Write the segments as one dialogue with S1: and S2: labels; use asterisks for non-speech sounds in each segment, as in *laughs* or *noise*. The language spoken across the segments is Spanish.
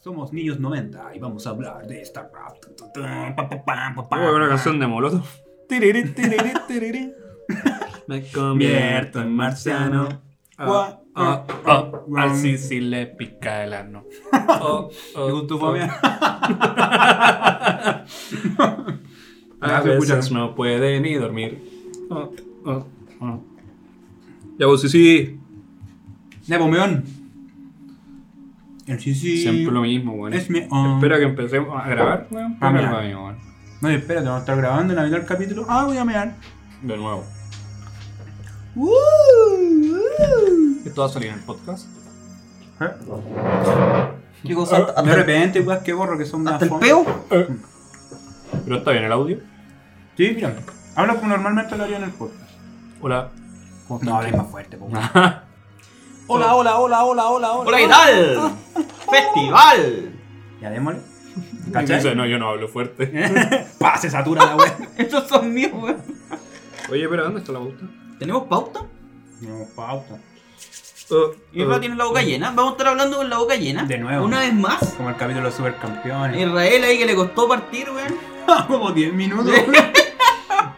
S1: Somos niños 90 y vamos a hablar de esta.
S2: Hubo
S1: *laughs*
S2: una canción de Molotov. Tiriri, tiriri, tiriri. Me convierto en marciano. Ah, ah, ah, al Sisi le pica el *laughs* ano. Oh, oh,
S1: ¿Te gustó,
S2: oh. *laughs*
S1: Fabián?
S2: A
S1: Ya se escucha.
S2: veces no puede ni dormir. Oh, oh, oh. Ya vos, Oh, sí, sí.
S1: Nebo Meón. El sí, sí.
S2: Siempre lo mismo, weón.
S1: Es mi- ah.
S2: Espera que empecemos a grabar, weón.
S1: Ah, mira.
S2: Primero lo mismo, weón.
S1: No, espérate, vamos a estar grabando en la mitad del capítulo. Ah, voy a mear.
S2: De nuevo.
S1: Uh, uh.
S2: Esto va a salir en el podcast.
S1: ¿Eh?
S3: Yo digo, hasta,
S1: De
S3: hasta, el-
S1: repente, weas que borro que son una
S3: hasta el
S1: fome.
S3: peo.
S2: Eh. Pero está bien el audio.
S1: Sí, mira. Habla como normalmente lo haría en el podcast.
S2: *laughs* Hola.
S1: No, hables más fuerte, po.
S3: Hola, hola, hola, hola, hola, hola.
S4: Hola, ¿qué tal? Festival.
S1: Ya démosle. *laughs*
S2: Dice,
S1: ¿Cachai?
S2: no, yo no hablo fuerte.
S1: *laughs* Pa, se satura la wea.
S3: Estos son míos, weón.
S2: *laughs* Oye, pero ¿dónde está la pauta?
S4: ¿Tenemos pauta?
S1: *laughs* No, pauta.
S2: Oh,
S4: Israel
S2: oh.
S4: tiene la boca llena. Vamos a estar hablando con la boca llena.
S1: De nuevo.
S4: Una vez más.
S1: Como el capítulo de los supercampeones.
S4: Israel ahí que le costó partir, weón.
S1: como 10 minutos. *laughs*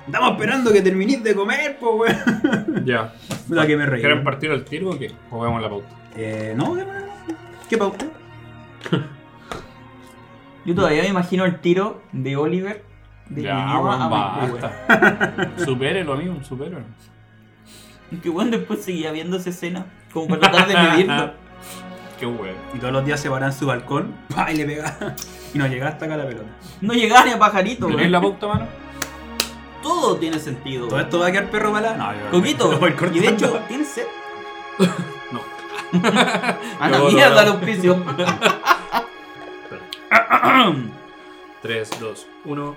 S1: Estamos esperando que terminís de comer, po, weón.
S2: Ya.
S1: Puta que me reí.
S2: ¿Quieren partir al tiro o qué? O vemos la pauta.
S1: Eh, no, no, no. ¿Qué pauta?
S4: Yo todavía me imagino el tiro de Oliver. De
S2: ya,
S4: Ñuñoa
S2: weón,
S4: a Maipú,
S2: basta. *laughs* supérelo, amigo, supérelo.
S4: weón. Que weón después seguía viendo esa escena. Como para tratar de medirlo.
S2: Qué weón.
S1: Y todos los días se paran en su *laughs* balcón, pa, y le pega. Y no llega hasta acá la pelota.
S4: No llegaba ni a pajarito,
S2: ¿Tenéis
S4: weón.
S2: la pauta, mano?
S4: Todo tiene sentido.
S1: ¿Todo
S4: weón.
S1: esto va a quedar perro mala? No, yo-
S4: Coquito.
S1: lo *laughs* voy cortando.
S4: Y de hecho, ¿tienes sed?
S2: No.
S4: *laughs* a la
S2: No, no,
S4: mierda
S2: no.
S4: el auspicio.
S2: 3, 2, 1.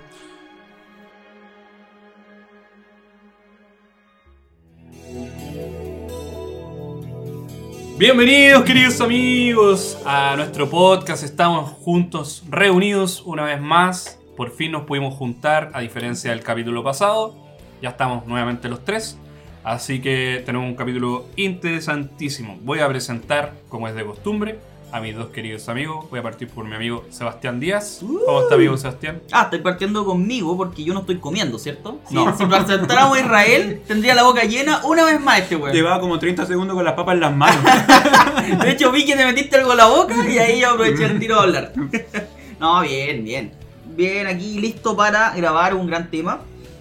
S2: Bienvenidos queridos amigos a nuestro podcast, estamos juntos reunidos una vez más, por fin nos pudimos juntar a diferencia del capítulo pasado, ya estamos nuevamente los tres, así que tenemos un capítulo interesantísimo. Voy a presentar, como es de costumbre, a mis dos queridos amigos, voy a partir por mi amigo Sebastián Díaz. ¿Cómo está amigo Sebastián?
S4: Ah, estoy partiendo conmigo porque yo no estoy comiendo, ¿cierto? Si-
S2: No.
S4: Si presentáramos a Israel, tendría la boca llena una vez más este weón.
S1: Llevaba como 30 segundos con las papas en las *laughs* manos.
S4: De hecho, vi que te metiste algo en la boca y ahí yo aproveché el tiro
S1: *laughs*
S4: a hablar. No, bien, bien. Bien, aquí listo para grabar un gran tema.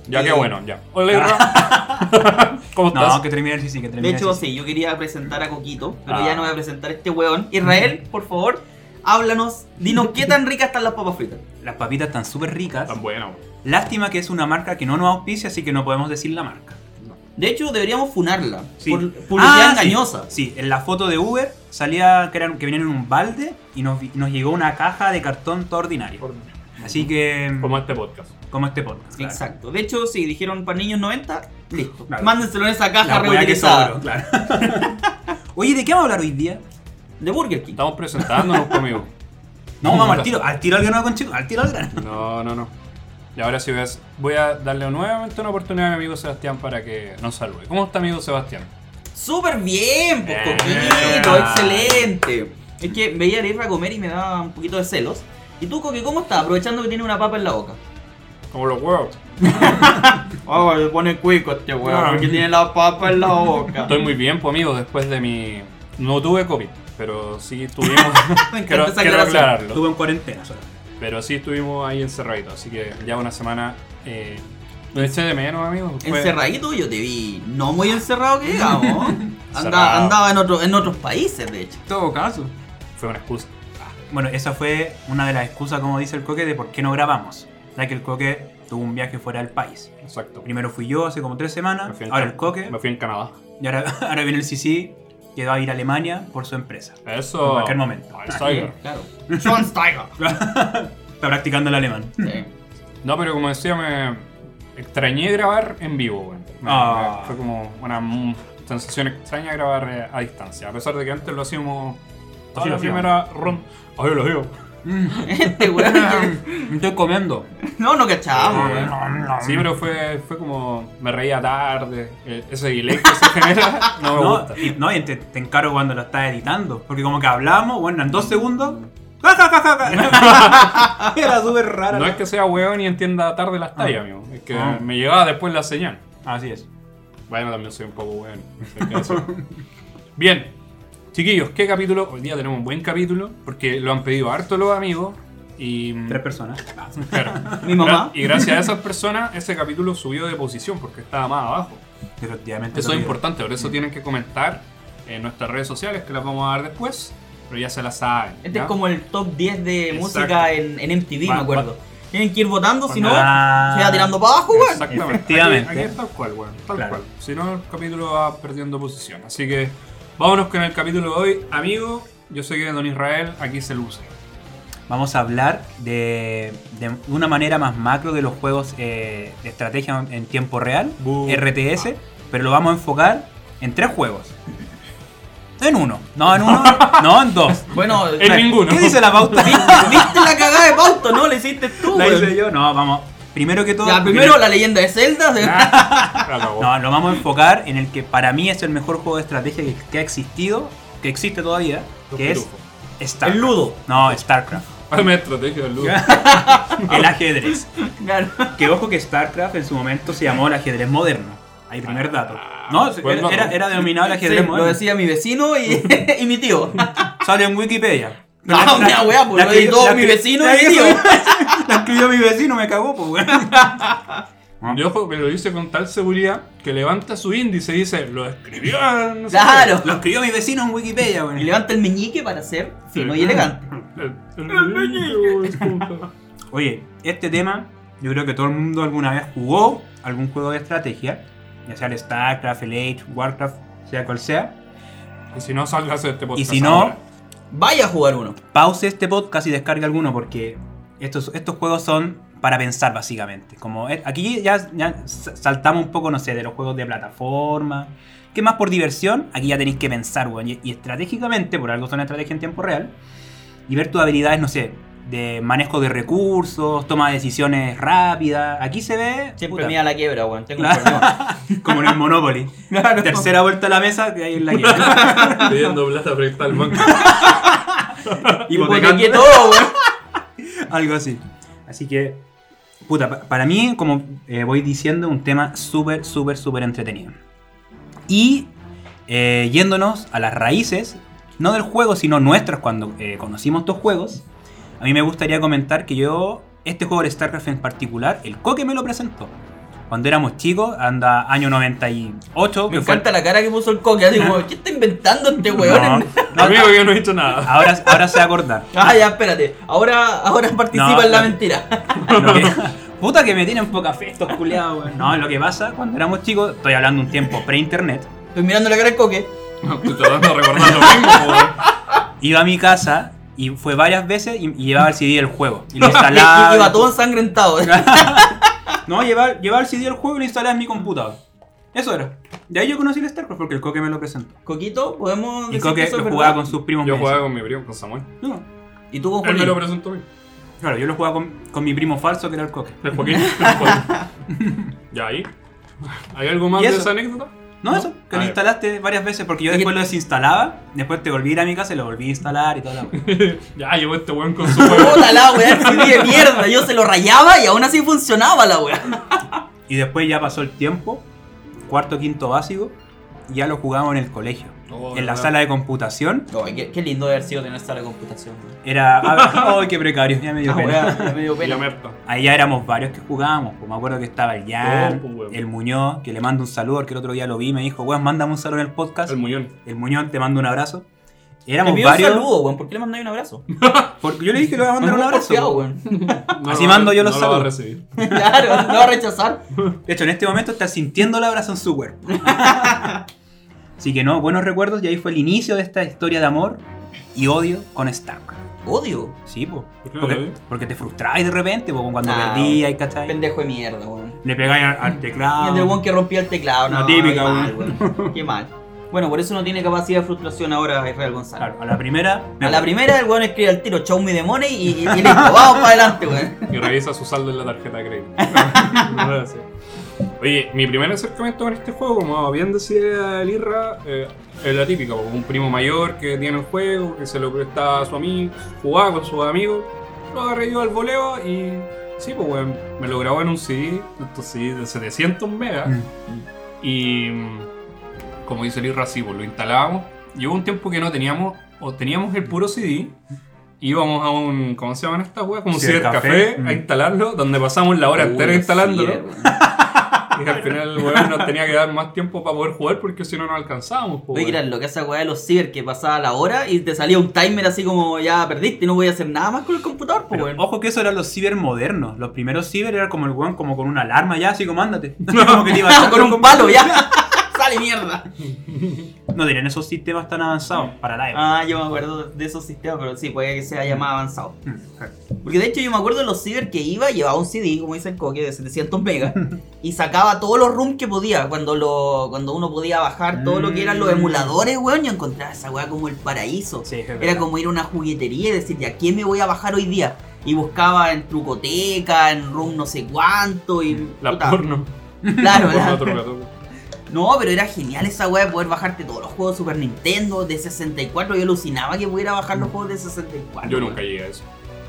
S2: Ya, qué
S4: Eh,
S2: bueno, ya. Hola, Irra. *laughs* ¿Cómo estás?
S1: no, que termine el sí, sí, que termine
S4: De
S1: el
S4: hecho,
S1: sí.
S4: sí, yo quería presentar a Coquito, pero
S2: Ah.
S4: ya no voy a presentar a este weón. Israel, por favor, háblanos, dinos qué tan ricas están las papas fritas.
S1: Las papitas están súper ricas.
S2: Tan bueno.
S1: Lástima que es una marca que no nos auspicia, así que no podemos decir la marca.
S4: De hecho, deberíamos funarla
S1: Sí.
S4: por publicidad
S1: Ah, sí.
S4: engañosa.
S1: Sí, en la foto de Uber salía que, eran, que venían en un balde y nos, vi- nos llegó una caja de cartón todo ordinario. Así que.
S2: Como este podcast.
S1: como este podcast. claro.
S4: Exacto. De hecho, si dijeron para niños 90, listo.
S1: Claro.
S4: Mándenselo en esa caja
S1: La wea que sobró,
S4: reutilizada.
S1: claro. *laughs* Oye, ¿de qué vamos a hablar hoy día?
S4: De Burger King.
S2: Estamos presentándonos pues, conmigo.
S1: No, vamos al tiro, al tiro al grano con chico, al tiro al grano.
S2: No, no, no. Y ahora sí voy a, voy a darle nuevamente una oportunidad a mi amigo Sebastián para que nos salude. ¿Cómo está amigo Sebastián?
S4: Súper bien, pues,
S2: Bien.
S4: Coquito. Excelente. Es que veía a Irra comer y me daba un poquito de celos. ¿Y tú, Coque, cómo estás? Aprovechando que tiene una papa en la boca.
S2: Como los huevos.
S4: Ah, le pone cuico este
S2: weón, porque
S4: tiene la papa en la boca. *laughs*
S2: Estoy muy bien, pues amigo, después de mi... No tuve COVID, pero sí
S1: *laughs*
S2: tuvimos...
S4: Me
S2: *laughs*
S4: encanta
S2: quiero,
S4: esa
S2: quiero
S4: aclaración.
S2: aclararlo.
S1: Estuve en cuarentena solo.
S2: Pero sí estuvimos ahí encerraditos, así que ya una semana... Eh, lo eché de menos, amigo. Fue-
S4: Encerradito, yo te vi no muy encerrado que *laughs* digamos. Andaba,
S2: Encerrado.
S4: andaba en, otro- en otros países, de hecho.
S1: En todo caso.
S2: Fue una excusa.
S1: Bueno, esa fue una de las excusas, como dice el coque, de por qué no grabamos. Ya que el coque tuvo un viaje fuera del país.
S2: Exacto.
S1: Primero fui yo hace como tres
S2: Me
S1: semanas,
S2: fui en
S1: ahora
S2: Can-
S1: el coque,
S2: Me fui en Canadá.
S1: y ahora, *laughs* ahora viene el Sisi, que va a ir a Alemania por su empresa.
S2: Eso.
S1: En cualquier momento.
S2: Ah, eso ahí.
S4: Claro. John Steiger.
S1: Está practicando el
S4: *laughs*
S1: alemán.
S4: Sí.
S2: No, pero como decía, me extrañé grabar en vivo, weón. Me-
S1: Ah.
S2: me- Fue como una mm, sensación extraña grabar eh, a distancia. A pesar de que antes lo hacíamos toda
S1: Así
S2: la
S1: lo
S2: primera ronda. Ay, lo digo.
S4: Este *laughs* weón.
S1: Estoy comiendo.
S4: No, no cachábamos, weón.
S1: Ah,
S2: Sí, pero fue, fue como. Me reía tarde. eh, Ese delay que se *laughs* genera no me
S1: No,
S2: gusta.
S1: y, no, y te, te encargo cuando lo estás editando. Porque como que hablamos, bueno, en dos segundos *laughs* Ja, ja, ja,
S4: *laughs*
S1: ja, ja. Era súper rara.
S2: No es que sea weón y entienda tarde las tallas, amigo. Es que
S1: Ah.
S2: me llegaba después la señal.
S1: Así es.
S2: Bueno, también soy un poco weón. hay que
S1: *laughs*
S2: decirlo. Bien, chiquillos, ¿qué capítulo? Hoy día tenemos un buen capítulo porque lo han pedido harto los amigos. Y. mm,
S1: Tres personas.
S2: Claro.
S1: *laughs*
S4: Mi mamá.
S2: Y gracias a esas personas, ese capítulo subió de posición porque estaba más abajo.
S1: Efectivamente.
S2: Eso
S1: lo
S2: es
S1: digo.
S2: importante, por eso tienen que comentar en nuestras redes sociales que las vamos a dar después. Pero ya se las saben.
S4: Este
S2: ¿ya?
S4: es como el top 10 de
S2: Exacto.
S4: música en, en MTV,
S2: Va-
S4: me acuerdo. Tienen que ir votando, si no,
S1: Ah.
S4: se va tirando para abajo, weón.
S2: Exactamente.
S1: Efectivamente.
S2: Aquí, aquí es tal cual, weón. Tal
S1: Claro.
S2: cual. Si no, el capítulo va perdiendo posición. Así que vámonos con el capítulo de hoy. Amigo, yo sé que Don Israel aquí se luce.
S1: Vamos a hablar de, de una manera más macro de los juegos eh, de estrategia en tiempo real,
S2: Bu-
S1: RTS, pero lo vamos a enfocar en tres juegos. En uno. No, en uno. no, en
S4: *laughs*
S1: dos.
S4: Bueno,
S2: En
S4: ¿viste
S2: ninguno.
S1: ¿Qué dice la pauta?
S4: viste *laughs* la cagada de Pauto? No, la hiciste tú,
S1: la
S4: weón.
S1: hice yo. No, vamos. Primero que todo.
S4: Ya, primero la leyenda de Zelda. se-
S2: Ah, la cagó.
S1: No, lo vamos a enfocar en el que para mí es el mejor juego de estrategia que, que ha existido, que existe todavía,
S2: Los
S1: que es
S2: pitufos.
S1: StarCraft.
S4: El ludo.
S1: No, StarCraft.
S2: Ay, me estrategia del luz.
S1: *laughs* el ajedrez.
S4: *laughs* Claro.
S1: Que ojo que StarCraft en su momento se llamó el ajedrez moderno. Ahí
S4: Ah,
S1: primer dato. No,
S2: buen
S1: era,
S2: dato.
S1: era- era denominado el
S4: pues Sí,
S1: ajedrez
S4: lo
S1: moderno.
S4: decía mi vecino y, *laughs* y mi tío.
S1: Sale en Wikipedia.
S4: No, una weá, pues, lo
S1: escribió-
S4: editó
S1: la
S4: mi
S1: escri-
S4: vecino
S1: la
S4: y mi tío.
S1: escribió- *laughs* La escribió mi vecino, me cagó, pues,
S4: *laughs*
S1: weón.
S2: Yo ojo que lo dice con tal seguridad que levanta su índice y dice, lo escribió. no sé
S4: Claro.
S1: Lo escribió mi vecino en Wikipedia, weón.
S4: Y levanta el meñique para ser
S2: qué".
S4: fino y elegante.
S2: El- el- el-
S1: Oye, este tema, yo creo que todo el mundo alguna vez jugó algún juego de estrategia, ya sea el StarCraft, el Age, Warcraft, sea cual sea.
S2: Y si no, salgas de este podcast.
S1: Y si no,
S2: ahora.
S4: Vaya a jugar uno.
S1: Pause este podcast y descargue alguno porque estos, estos juegos son para pensar básicamente. Como eh, aquí ya, ya sa- saltamos un poco, no sé, de los juegos de plataforma. ¿Qué más por diversión? Aquí ya tenéis que pensar, weón. Y, y estratégicamente, por algo son estrategia en tiempo real. Y ver tus habilidades, no sé, de manejo de recursos, toma de decisiones rápidas. Aquí se ve.
S4: Siempre
S1: puta,
S4: me da la quiebra, weón. Tengo un
S1: Claro.
S4: problema.
S1: Como en el Monopoly.
S4: *laughs* Claro.
S1: Tercera vuelta a la mesa, que ahí en la guía.
S2: Pidiendo plata prestada al banco.
S4: *laughs* Y porque todo, weón.
S1: Algo así. Así que, puta, pa- para mí, como eh, voy diciendo, un tema súper, súper, súper entretenido. Y eh, yéndonos a las raíces, no del juego, sino nuestras cuando eh, conocimos estos juegos, a mí me gustaría comentar que yo, este juego de StarCraft en particular, el Coque me lo presentó. Cuando éramos chicos, anda año 98.
S4: Me
S1: que fue-
S4: encanta la cara que puso el coque. Así como, ¿qué está inventando este
S1: No,
S4: weón?
S2: *laughs* Amigo, yo no he dicho nada.
S1: ahora, ahora se va a acordar.
S4: Ah, ya, espérate. Ahora, ahora *laughs* participa
S1: No,
S4: en la
S1: no.
S4: mentira. *laughs*
S1: Lo que- *laughs* puta que me tienen poca fe estos culiados, weón. No, lo que pasa, cuando éramos chicos, estoy hablando un tiempo pre-internet,
S4: Estoy mirando la cara del coque.
S2: Estoy tratando de recordar lo mismo, pues, weón.
S1: iba a mi casa y fue varias veces y, y llevaba el CD del juego. Y *laughs* lo
S4: *laughs* Y-
S1: instalaba.
S4: y- Iba
S1: *laughs*
S4: todo ensangrentado.
S1: No, llevaba, llevaba el CD del juego y lo instalaba en mi computador. Eso era. De ahí yo conocí el StarCraft porque el Coque me lo presentó.
S4: Coquito, podemos
S1: Y
S4: decir que
S1: Coque
S4: eso
S1: lo
S4: es
S1: jugaba
S4: verdad?
S1: con sus primos.
S2: Yo
S1: me
S2: jugaba
S1: decía.
S2: con mi primo, con Samuel.
S1: No,
S4: Y tú con
S2: Él me
S4: Joaquín. *laughs*
S2: lo presentó a mí.
S1: claro, yo lo jugaba con, con mi primo falso que era el Coque.
S2: El Joaquín. El Joaquín. *laughs* ¿Ya ahí? ¿Hay algo más
S1: ¿Y
S2: de
S1: eso?
S2: esa anécdota?
S1: No, eso, que
S2: Ah,
S1: lo
S2: ya.
S1: instalaste varias veces porque yo
S4: Y-
S1: después lo desinstalaba, después te volví a ir a mi casa y lo volví a instalar y toda la *laughs* wea.
S2: *laughs* Ya, llegó este weón con su *laughs* juego.
S4: Puta la weá, sí de mierda. Yo se lo rayaba y aún así funcionaba la weá. *laughs*
S1: Y después ya pasó el tiempo, cuarto, quinto básico, y ya lo jugábamos en el colegio.
S2: Oh,
S1: en la
S2: verdad.
S1: sala de computación
S4: Ay, qué, qué lindo haber sido tener esta la computación. weón.
S1: era... ¡Ay, qué precario! Ya me dio
S4: Ah,
S1: pena.
S4: weá, me dio
S2: Y la
S4: pena.
S2: Merta.
S1: Ahí ya éramos varios que jugábamos. Pues me acuerdo que estaba el Jan,
S2: Oh, pues, weón.
S1: el Muñoz, que le mando un saludo, que el otro día lo vi, me dijo, weón, mándame un saludo en el podcast.
S2: El
S1: El,
S2: muñón.
S1: Muñoz, te mando un abrazo.
S4: Te
S1: Éramos
S4: pido un
S1: varios.
S4: saludo, weón. ¿Por qué le mandáis un abrazo?
S1: Porque yo le dije que le iba a mandar un
S4: Muy
S1: abrazo. pues,
S4: porfiado, weón.
S2: No
S1: Así
S2: lo va a-
S1: mando yo los
S2: no lo va a
S1: saludos.
S2: recibir.
S4: *laughs* Claro, no va a rechazar.
S1: De hecho, en este momento está sintiendo el abrazo en su
S4: *laughs*
S1: cuerpo. Así que no, buenos recuerdos y ahí fue el inicio de esta historia de amor y odio con StarCraft.
S4: Odio.
S1: Sí, po.
S2: ¿Por qué lo
S1: Porque,
S2: odio?
S1: porque te frustráis de repente, po, cuando
S4: Ah,
S1: perdías, ¿cachai?
S4: Pendejo de mierda, weón.
S1: Le pegáis al, al
S4: Y el del weón
S1: teclado.
S4: que rompía el teclado, no.
S1: La Ah, típica,
S4: qué mal, weón. Qué mal. Bueno, por eso no tiene capacidad de frustración ahora Israel González.
S1: Claro, a la primera.
S4: A la primera el weón escribe al tiro, chau mi demonio y, y, y listo, vamos para adelante, weón.
S2: Y revisa su saldo en la tarjeta de crédito. No lo va a hacer. Oye, mi primer acercamiento con este juego, como bien decía el Irra, eh, es la típica, como un primo mayor que tiene el juego, que se lo prestaba a su amigo, jugaba con sus amigos, lo agarré yo al voleo y sí, pues weón, me lo grabó en un CD, estos CD de 700 megas,
S1: Mm.
S2: y mm, como dice el Irra, sí, pues lo instalábamos. Llegó un tiempo que no teníamos, o teníamos el puro CD, íbamos a un, ¿cómo se llaman estas weas? Como un
S1: Cibercafé,
S2: cibercafé,
S1: mm.
S2: a instalarlo, donde pasamos la hora
S4: Uy,
S2: entera
S4: Uh, sí,
S2: instalándolo.
S4: hermano.
S2: Y al final, weón, nos tenía que dar más tiempo para poder jugar porque si no, no alcanzábamos. po,
S4: Oye, que
S2: weón.
S4: era lo que esa weá de los ciber que pasaba la hora y te salía un timer así como ya perdiste y no voy a hacer nada más con el computador, pues
S1: Pero,
S4: weón.
S1: ojo que eso eran los ciber modernos. Los primeros ciber era como el weón como con una alarma ya, así como ándate.
S4: *laughs*
S1: Como que te iba a-
S4: Con un palo ya. *laughs* Sale mierda.
S1: No tenían esos sistemas tan avanzados para la época.
S4: Ah, yo me acuerdo de esos sistemas, pero sí, puede que sea ya más avanzado.
S1: Mm.
S4: Porque de hecho yo me acuerdo de los ciber que iba, llevaba un CD, como dice el coque, de 700 megas. y sacaba todos los rooms que podía, cuando lo cuando uno podía bajar todo lo que eran los
S1: Mm.
S4: emuladores, weón, yo encontraba esa weá como el paraíso.
S1: Sí, es
S4: Era
S1: verdad.
S4: como ir a una juguetería y decir, ¿a qué me voy a bajar hoy día? Y buscaba en trucoteca, en room no sé cuánto y...
S2: Mm, La
S4: puta,
S2: porno.
S4: *laughs*
S2: *laughs*
S4: Claro,
S2: Porno,
S4: la-
S2: otro gato.
S4: No, pero era genial esa weá de poder bajarte todos los juegos de Super Nintendo, de 64. Yo alucinaba que pudiera bajar los juegos de 64.
S2: Yo
S4: weón.
S2: nunca llegué a eso.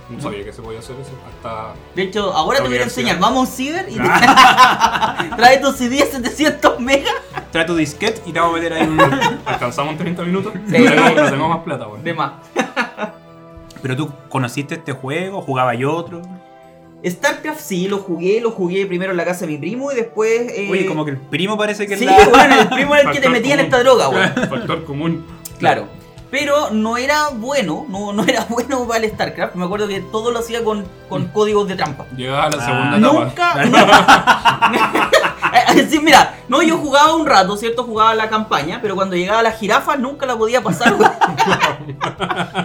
S2: No sabía que se podía hacer eso.
S4: *laughs*
S2: Hasta.
S4: De hecho, ahora
S2: La
S4: te voy a
S2: universidad.
S4: enseñar. Vamos a un ciber y te- *laughs* trae tu CD a 700 megas.
S1: Trae tu disquete y te vamos a meter
S4: *laughs*
S1: ahí un...
S2: Alcanzamos en 30 minutos. No
S4: Sí.
S2: tengo, no tengo más plata, weón.
S4: De más.
S1: Pero tú conociste este juego, jugaba yo otro.
S4: StarCraft sí, lo jugué, lo jugué primero en la casa de mi primo y después... eh,
S1: Oye, como que el primo parece que es
S4: Sí,
S1: la.
S4: weón, el primo era el que te
S2: Factor
S4: metía en
S2: común.
S4: esta
S2: *laughs*
S4: droga, weón.
S2: Factor común.
S4: Claro. Pero no era bueno, no, no era *laughs* bueno para el StarCraft. Me acuerdo que todo lo hacía con, con códigos de trampa.
S2: Llegaba a la
S1: Ah.
S2: segunda etapa.
S4: Nunca. *laughs* Eh, Sí, mira, no, yo jugaba un rato, ¿cierto? Jugaba la campaña, pero cuando llegaba la jirafa nunca la podía pasar. weón.
S1: *laughs*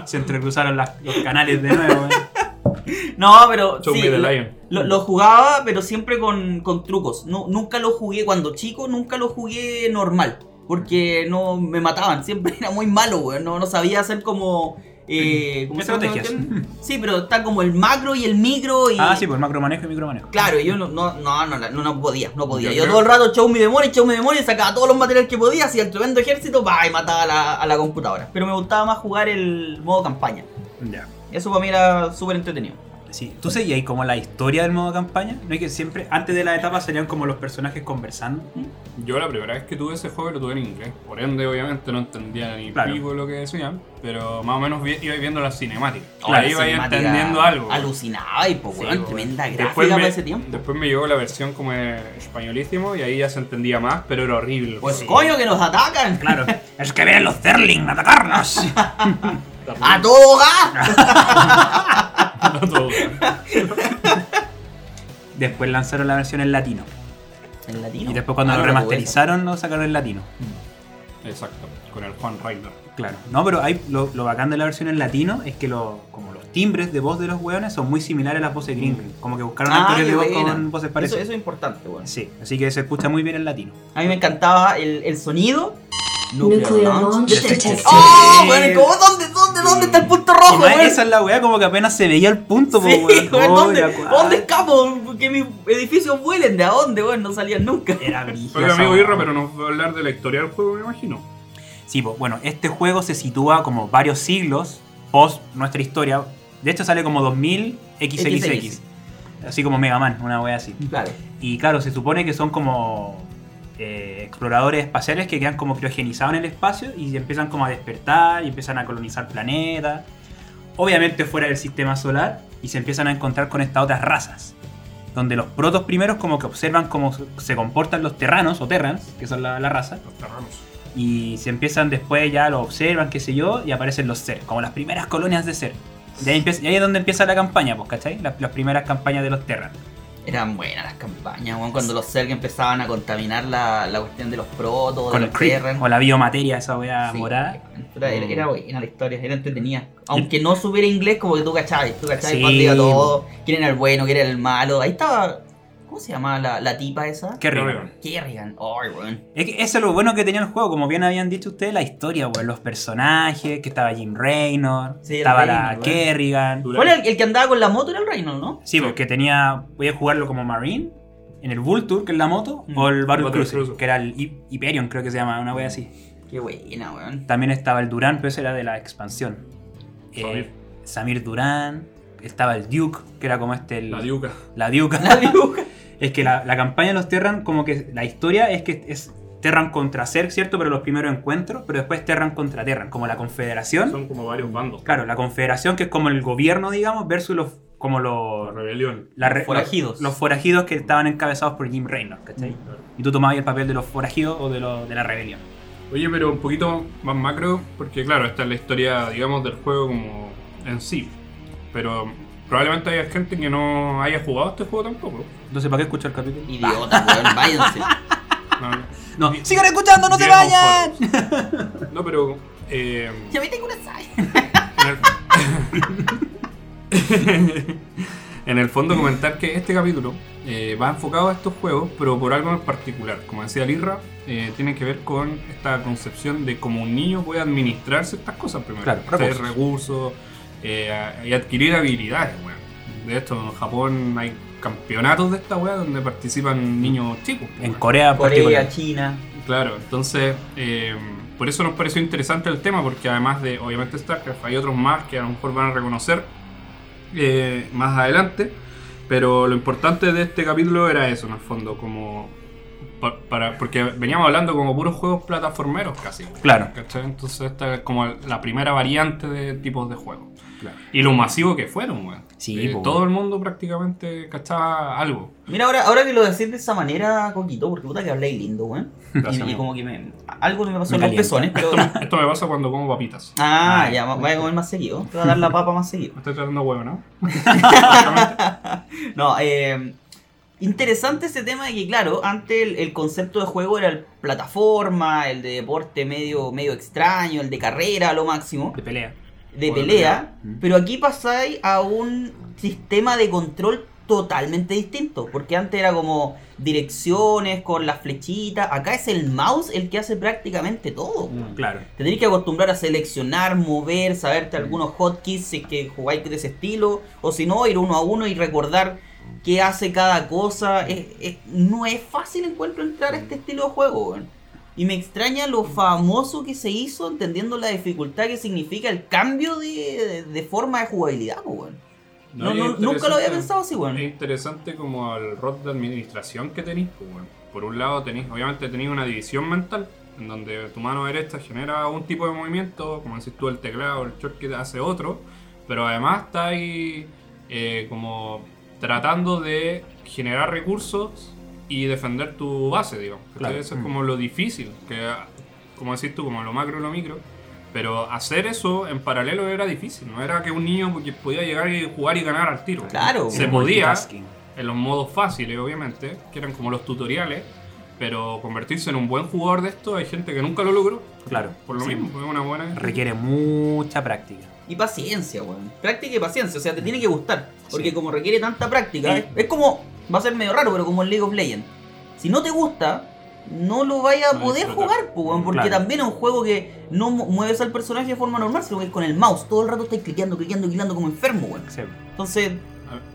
S1: Se entrecruzaron las- los canales de nuevo. eh.
S4: No, pero
S2: Show
S4: sí,
S2: me the
S4: lo,
S2: lion.
S4: lo- lo jugaba, pero siempre con, con trucos. No, nunca lo jugué cuando chico, nunca lo jugué normal. Porque no me mataban, *laughs* siempre era muy malo, weón. No, no sabía hacer como... Eh, ¿cómo se llama esta
S1: Estrategias.
S4: cuestión? Sí, pero está como el macro y el micro y...
S1: Ah, sí, por macromanejo y micromanejo.
S4: Claro, yo no, no, no, no, no, no podía, no podía.
S2: Yo
S4: Yo,
S2: creo-
S4: todo el rato show mi memoria, show mi memoria, sacaba todos los materiales que podía, hacía el tremendo ejército, va y mataba a la, a la computadora. Pero me gustaba más jugar el modo campaña.
S1: Ya.
S4: Eso para mí era súper entretenido.
S1: Sí. ¿Tú seguías como la historia del modo campaña? ¿No es que siempre, antes de la etapa, salían como los personajes conversando?
S2: Yo la primera vez que tuve ese juego lo tuve en inglés. Por ende, obviamente, no entendía ni
S1: Claro.
S2: pico lo que decían. Pero más o menos vi- iba viendo las cinemáticas.
S4: Ahora
S2: Ahí
S4: Oh, la
S2: iba
S4: cinemática
S2: entendiendo algo. weón.
S4: Alucinaba y pues,
S2: Sí,
S4: weón,
S2: weón.
S4: tremenda
S2: Después
S4: gráfica
S2: me,
S4: para ese tiempo.
S2: después me llegó la versión como eh, españolísimo y ahí ya se entendía más, pero era horrible.
S4: Pues
S2: Sí. *laughs*
S4: coño, que nos atacan. *laughs*
S1: Claro. es que vienen los Zerling a atacarnos.
S4: A todo gas.
S2: A todo.
S1: Después lanzaron la versión en latino.
S4: En latino.
S1: Y después cuando
S4: Ah,
S1: lo
S4: no tuve
S1: remasterizaron, lo sacaron en latino.
S2: Exacto, con el Juan Reiner.
S1: Claro. No, pero hay, lo, lo bacán de la versión en latino es que lo, como los timbres de voz de los hueones son muy similares a las voces gringas. Como que buscaron
S4: Ah,
S1: actores
S4: qué
S1: de voz
S4: buena.
S1: con voces
S4: esa. Eso,
S1: parecidas.
S4: eso es importante, weón.
S1: Sí, así que se escucha muy bien en latino.
S4: A mí me encantaba el, el sonido.
S5: Nuclear launch detected.
S4: ¡Oh, weón! ¿Cómo? ¿Dónde, dónde, dónde está el punto rojo,
S1: Y más,
S4: weón? *laughs*
S1: esa es la weá, como que apenas se veía el punto, po,
S4: Sí,
S1: weón.
S4: *laughs* weón,
S1: Oh,
S4: ¿dónde,
S1: la cuadra.
S4: ¿dónde escapo? Que mis edificios vuelen, ¿de a dónde, weón? No salían nunca. *laughs*
S1: Era brígido
S2: Soy el
S1: esa
S2: amigo
S1: weá.
S2: Irra, pero nos va a hablar de la historia del juego, me imagino.
S1: Sí, po, bueno, este juego se sitúa como varios siglos post nuestra historia. De hecho, sale como 2000 XXX.
S4: XXX.
S1: Así como Mega Man, una wea así.
S4: Claro.
S1: Y claro, se supone que son como eh, exploradores espaciales que quedan como criogenizados en el espacio y empiezan como a despertar y empiezan a colonizar planetas. Obviamente fuera del sistema solar y se empiezan a encontrar con estas otras razas. Donde los protos primeros como que observan cómo se comportan los terranos o terrans, que son la, la raza.
S2: Los terranos.
S1: Y se empiezan después ya lo observan, qué sé yo, y aparecen los ser, como las primeras colonias de ser. Y ahí, empieza- y ahí es donde empieza la campaña, pues, ¿cachai? Las, las primeras campañas de los terran.
S4: Eran buenas las campañas, weón, cuando los Zerg empezaban a contaminar la, la cuestión de los protos,
S1: Con
S4: de
S1: el
S4: los
S1: creep,
S4: Terran.
S1: o la biomateria, esa wea
S4: Sí,
S1: morada.
S4: Era, era, era buena la historia, era entretenida. Aunque no supiera inglés, como que tú cachabas, tú cachabas
S1: Sí.
S4: cuando iba todo, quién era el bueno, quién era el malo. Ahí estaba. ¿Cómo se llamaba la, la tipa esa?
S1: Qué rico.
S2: Kerrigan.
S4: Kerrigan. Ay, weón.
S1: Es que eso es lo bueno que tenía el juego, como bien habían dicho ustedes, la historia, weón, los personajes, que estaba Jim Raynor,
S4: Sí, el
S1: estaba la
S4: Raynor, weón.
S1: Kerrigan.
S2: Dura-
S4: ¿Cuál era el, el que andaba con la moto? Era el Reynolds, ¿no?
S1: Sí, porque tenía, podía jugarlo como Marine en el Vulture, que es la moto,
S2: Mm.
S1: o el Battle
S2: Battle
S1: Cruiser,
S2: Cruiser.
S1: que era el Hi- Hyperion, creo que se llama, una wea así.
S4: Qué buena, weón.
S1: También estaba el Durán, pero ese era de la expansión. Eh,
S2: Samir.
S1: Samir Durán. Estaba el Duke, que era como este. el-
S2: La diuca.
S1: La Duca.
S4: La dibuja.
S1: *laughs* Es que la, la campaña de los Terran, como que la historia es que es Terran contra Ser, ¿cierto? Pero los primeros encuentros, pero después Terran contra Terran, como la Confederación.
S2: Son como varios bandos.
S1: Claro, la Confederación, que es como el gobierno, digamos, versus los. como
S2: La
S1: los.
S2: rebelión.
S1: la re-
S4: forajidos.
S1: Los, forajidos que estaban encabezados por Jim Reynolds, ¿cachai?
S2: Claro.
S1: Y tú tomabas el papel de los forajidos o de, los- de la rebelión.
S2: Oye, pero un poquito más macro, porque claro, esta es la historia, digamos, del juego como en sí. Pero probablemente haya gente que no haya jugado este juego tampoco.
S1: Entonces, ¿para qué escuchar el capítulo?
S4: Idiota, weón, váyanse.
S2: No,
S1: No, sigan escuchando, no se
S2: Game of
S1: vayan.
S2: Thrones. No, pero... eh,
S4: Ya me tengo una sal.
S2: en el- *laughs* En el fondo comentar que este capítulo eh, va enfocado a estos juegos, pero por algo en particular. Como decía Lirra, eh, tiene que ver con esta concepción de cómo un niño puede administrar ciertas cosas primero.
S1: Claro,
S2: Hacer
S1: recursos.
S2: recursos eh, a- y adquirir habilidades, weón. De esto, en Japón hay campeonatos de esta weá donde participan niños chicos. pues,
S1: En
S2: weón.
S1: Corea, en particular.
S4: Corea, China.
S2: Claro, entonces eh, por eso nos pareció interesante el tema, porque además de obviamente StarCraft hay otros más que a lo mejor van a reconocer eh, más adelante, pero lo importante de este capítulo era eso, en el fondo, como pa- para, porque veníamos hablando como puros juegos plataformeros casi.
S1: Claro.
S2: ¿cachai? Entonces esta es como la primera variante de tipos de juegos.
S1: Claro.
S2: Y lo masivo que fueron, weón.
S1: Sí,
S2: Eh,
S1: po, weón.
S2: todo el mundo prácticamente cachaba algo.
S4: Mira, ahora, ahora que lo decís de esa manera, Coquito, porque puta que habláis lindo, weón.
S2: Gracias,
S4: Y, y
S2: amigo.
S4: como que me. Algo me pasó
S1: Me
S4: en los
S1: calienta.
S4: pezones,
S2: *laughs*
S4: pero.
S2: Esto me pasa cuando como papitas.
S4: Ah, ya, va- voy a comer más seguido. Te voy a dar la papa más seguido.
S2: Me estoy tratando huevo, ¿no?
S4: No, eh, interesante ese tema de que, claro, antes el, el concepto de juego era el plataforma, el de deporte medio, medio extraño, el de carrera a lo máximo,
S1: De pelea.
S4: de
S2: Bueno,
S1: pelea.
S4: pelea,
S1: Mm.
S4: pero aquí pasáis a un sistema de control totalmente distinto, porque antes era como direcciones con las flechitas, acá es el mouse el que hace prácticamente todo.
S2: Mm.
S1: Claro.
S4: Te tenés que acostumbrar a seleccionar, mover, saberte
S2: Mm.
S4: algunos hotkeys si es que jugáis de ese estilo, o si no, ir uno a uno y recordar qué hace cada cosa. Es- es- no es fácil encuentro entrar a este estilo de juego, weón. Y me extraña lo
S2: Mm.
S4: famoso que se hizo entendiendo la dificultad que significa el cambio de, de- de forma de jugabilidad, weón. No,
S2: y
S4: no,
S2: es
S4: nunca lo había
S2: interesante-
S4: pensado así, weón.
S2: Es interesante como el rol de administración que tenéis. pues, weón. Por un lado, tenéis, obviamente tenéis una división mental, en donde tu mano derecha genera un tipo de movimiento, como decís tú, el teclado, el shortcut hace otro, pero además estáis eh, como tratando de generar recursos y defender tu base, digamos. ¿cachai?
S1: Claro.
S4: Mm.
S2: Eso es como lo difícil, que como decís tú, como lo macro y lo micro. Pero hacer eso en paralelo era difícil, no era que un niño que podía llegar y jugar y ganar al tiro.
S4: Claro.
S2: Se
S1: El
S2: podía
S1: multitasking.
S2: en los modos fáciles, obviamente, que eran como los tutoriales, pero convertirse en un buen jugador de esto hay gente que nunca lo logró.
S1: Claro.
S2: Por lo
S1: Sí.
S2: mismo, es una buena.
S1: Requiere mucha práctica.
S4: Y paciencia, weón. Práctica y paciencia, o sea,
S2: Mm.
S4: te tiene que gustar. Porque
S1: Sí.
S4: como requiere tanta práctica,
S1: Sí.
S4: es, es como, va a ser medio raro, pero como en League of Legends. Si no te gusta, no lo vayas a
S2: No
S4: poder
S2: disfrutar.
S4: jugar, po, weón, porque
S1: Claro.
S4: también es un juego que no mu- mueves al personaje de forma normal, sino que es con el mouse. Todo el rato estás cliqueando, cliqueando, cliqueando como enfermo, weón.
S1: Sí.
S4: Entonces,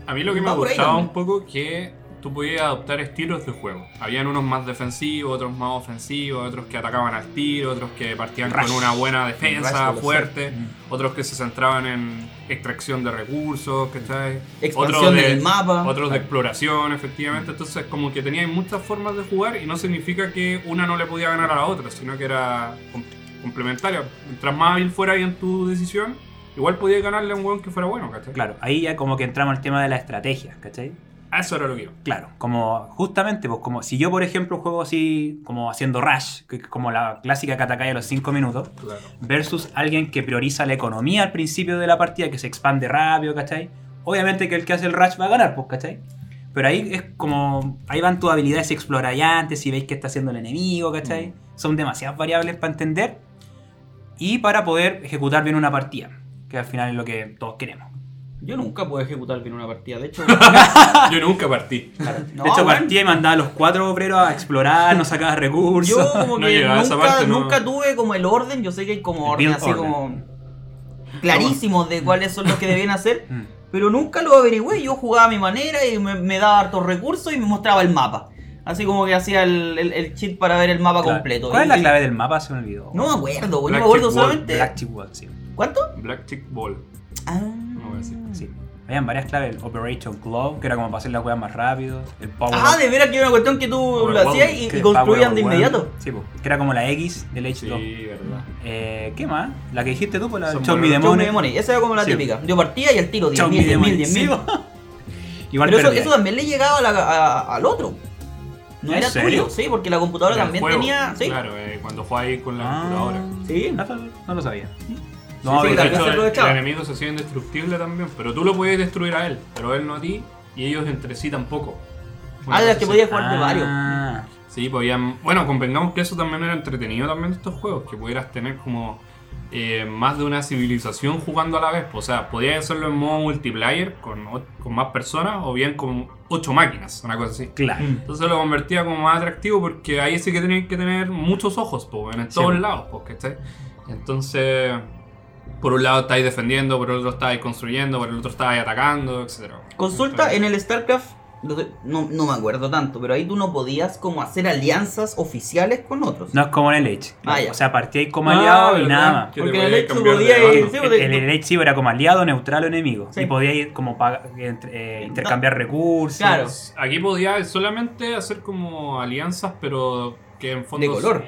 S2: A, a mí lo que me
S4: Va por ahí
S2: gustaba
S4: también.
S2: un poco que tú podías adoptar estilos de juego. Habían unos más defensivos, otros más ofensivos, otros que atacaban al tiro, otros que partían
S1: Rush.
S2: con una buena
S4: Rush
S2: defensa
S4: de los
S2: fuerte, otros que se centraban en extracción de recursos, ¿cachai?
S4: expansión
S2: Otros de-
S4: del mapa.
S2: Otros de exploración, efectivamente. Entonces, como que teníais muchas formas de jugar y no significa que una no le podía ganar a la otra, sino que era com- complementaria. Mientras más hábil fuera ahí en tu decisión, igual podías ganarle a un weón que fuera bueno, ¿cachai?
S1: Claro, ahí ya como que entramos al tema de la estrategia, ¿cachai?
S2: A Eso era lo que yo.
S1: Claro, como justamente, pues como si yo por ejemplo juego así, como haciendo rush, que es como la clásica Katakaya de los 5 minutos,
S2: Claro.
S1: versus alguien que prioriza la economía al principio de la partida, que se expande rápido, ¿cachai? Obviamente que el que hace el rush va a ganar, pues, ¿cachai? Pero ahí es como, ahí van tus habilidades explorayantes, si veis qué está haciendo el enemigo,
S4: Mm.
S1: ¿cachai? Son demasiadas variables para entender y para poder ejecutar bien una partida, que al final es lo que todos
S4: *laughs*
S1: queremos.
S4: Yo nunca puedo ejecutar bien una partida, de
S2: *laughs*
S4: hecho.
S2: *laughs* Yo nunca partí.
S4: no,
S1: de hecho,
S4: weón.
S1: partía y mandaba a los cuatro obreros a explorar, no sacaba recursos.
S4: *laughs* Yo como
S2: No
S4: que
S2: llegaba a esa
S4: nunca,
S2: parte, no.
S4: nunca tuve como el orden, yo sé que hay como
S1: El
S4: orden
S1: build
S4: así
S1: order.
S2: *laughs*
S4: como clarísimos de cuáles son los que deben hacer,
S1: Mm.
S4: Pero nunca lo averigüé, yo jugaba a mi manera y me, me daba hartos recursos y me mostraba el mapa. Así como que hacía el, el, el cheat para ver el mapa
S2: Claro.
S4: completo.
S1: ¿Cuál
S4: Y-
S1: es la clave del mapa? Se me olvidó.
S4: No eh, me acuerdo, güey. No
S2: Black
S4: me acuerdo
S2: Tick Wall,
S4: solamente.
S1: Black Chip Wall, sí.
S4: ¿Cuánto?
S2: Black Chick Ball.
S4: Ah,
S2: voy a decir,
S1: sí. Habían varias claves, el Operation Glove, que era como para hacer las weas más rápido, el Power
S4: Ah,
S1: Up,
S4: de veras que era una cuestión que tú lo
S2: Overwhelm,
S4: hacías y,
S1: que
S4: y
S1: el
S4: construían
S1: Power
S4: de
S1: Up,
S4: inmediato.
S1: Sí, po, que era como la X del
S2: Sí,
S1: H2.
S2: verdad.
S1: Eh, ¿Qué más? La que dijiste tú, por la
S2: Son
S1: Zombie
S2: buenos.
S4: Yo
S1: Demon.
S4: me demoré, Esa era como la
S1: Sí.
S4: típica. Yo partía y al tiro 10.000, 10.000, 10.000.
S1: Igual
S4: Pero eso,
S1: perdí.
S4: eso también le llegaba a la- a- al otro. No
S1: ¿En
S4: era
S1: serio?
S4: tuyo, sí, porque la computadora
S2: Era el
S4: también
S2: juego,
S4: tenía. Sí,
S2: Claro, eh, cuando jugáis con la computadora.
S1: Ah,
S4: sí.
S1: No, no lo sabía.
S4: sí,
S2: De
S1: pero-
S4: también
S2: hecho,
S4: se
S2: el,
S4: aprovechaba.
S2: el enemigo se hacía indestructible también, pero tú lo podías destruir a él, pero él no a ti, y ellos entre sí tampoco.
S4: Ah, de las que
S2: podías
S4: podías jugar de varios.
S1: Ah,
S2: Sí, podían. Bueno, convengamos que eso también era entretenido también de estos juegos, que pudieras tener como eh, más de una civilización jugando a la vez. pues, O sea, podías hacerlo en modo multiplayer con, o- con más personas o bien con ocho máquinas, una cosa así.
S1: claro.
S4: Mm.
S2: Entonces lo convertía como más atractivo porque ahí sí que tenías que tener muchos ojos, po, en todos
S1: po.
S2: lados, po, ¿cachai? Entonces, por un lado estáis defendiendo, por el otro estáis construyendo, por el otro estáis atacando, etc.
S4: Consulta en el StarCraft. no sé, No, no me acuerdo tanto, pero ahí tú no podías como hacer alianzas oficiales con otros.
S1: No es como en el Edge.
S4: Ah, ya.
S1: O sea, partíais como aliado y nada más.
S4: Porque en el hecho podía ir- sí,
S1: El, el, el Edge sí era como aliado, neutral o enemigo.
S4: Sí.
S1: Y podíais como pa- entre- eh, intercambiar recursos.
S4: Claro.
S2: Aquí podía solamente hacer como alianzas, pero que en fondo...
S4: De color.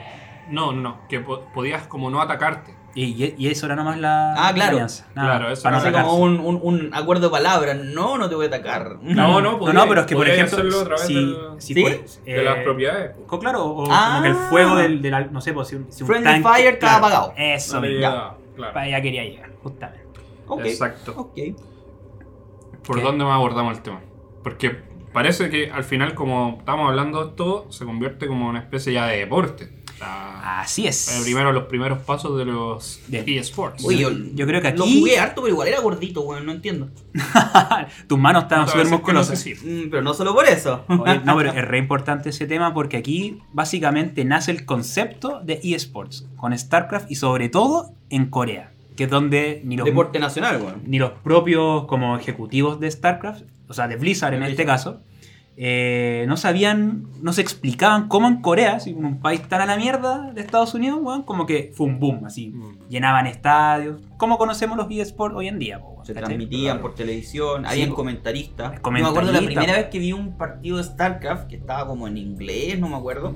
S2: No, no, no, que po- podías como no atacarte.
S1: Y, y- y eso era nomás la
S4: Ah, claro.
S1: la alianza. Nada,
S2: Claro, eso
S1: para no
S2: era
S4: Así
S1: atacarse.
S4: como un, un- un acuerdo de palabras. No, no te voy a atacar.
S2: No, no,
S1: no,
S2: podía-
S1: pero es que por
S2: podía hacerlo a
S1: ejemplo,
S2: través
S1: si,
S2: del-
S1: si
S4: ¿Sí?
S1: por-
S2: De
S1: eh,
S2: las propiedades. po.
S1: co- Claro, o
S4: Ah.
S1: como que el fuego del, del al- no sé, pues, si un, si un
S4: Friendly
S1: tanque-
S4: fire estaba
S1: claro,
S4: apagado.
S1: Eso,
S2: No le
S1: mismo.
S2: llegaba, claro.
S1: para allá quería llegar, justamente.
S4: *laughs*
S1: *laughs*
S4: Ok.
S2: Exacto.
S4: Ok.
S2: ¿Por
S1: ¿Qué?
S2: dónde más abordamos el tema? Porque parece que al final, como estamos hablando de todo, se convierte como una especie ya de deporte. La-
S1: Así es.
S2: eh, primero los primeros pasos de los
S1: Bien.
S2: eSports.
S4: Oye, yo,
S1: Yo creo que
S4: lo
S1: aquí
S4: jugué harto, pero igual era gordito, weón. No entiendo.
S1: tus manos estaban
S2: Otra vez
S1: súper
S2: es que no
S1: musculosas.
S2: sé si-
S4: Mm, pero no solo por
S1: *laughs*
S4: eso.
S1: Oye, no,
S2: *laughs*
S1: pero es re importante ese tema porque aquí básicamente nace el concepto de eSports con StarCraft y sobre todo en Corea, que es donde ni los,
S4: Deporte nacional, weón.
S1: ni los propios como ejecutivos de StarCraft, o sea, de Blizzard en este caso, eh, no sabían, no se explicaban cómo en Corea, así como un país tan a la mierda de Estados Unidos, weón, como que fue un boom, así.
S2: Mm.
S1: Llenaban estadios, como conocemos los eSports hoy en día. weón,
S4: Se
S1: ¿cachai?
S4: transmitían por televisión,
S1: Sí,
S4: habían
S1: po.
S4: comentaristas.
S1: Comentaristas,
S4: Yo me acuerdo la
S1: po.
S4: primera vez que vi un partido de StarCraft que estaba como en inglés, no me acuerdo.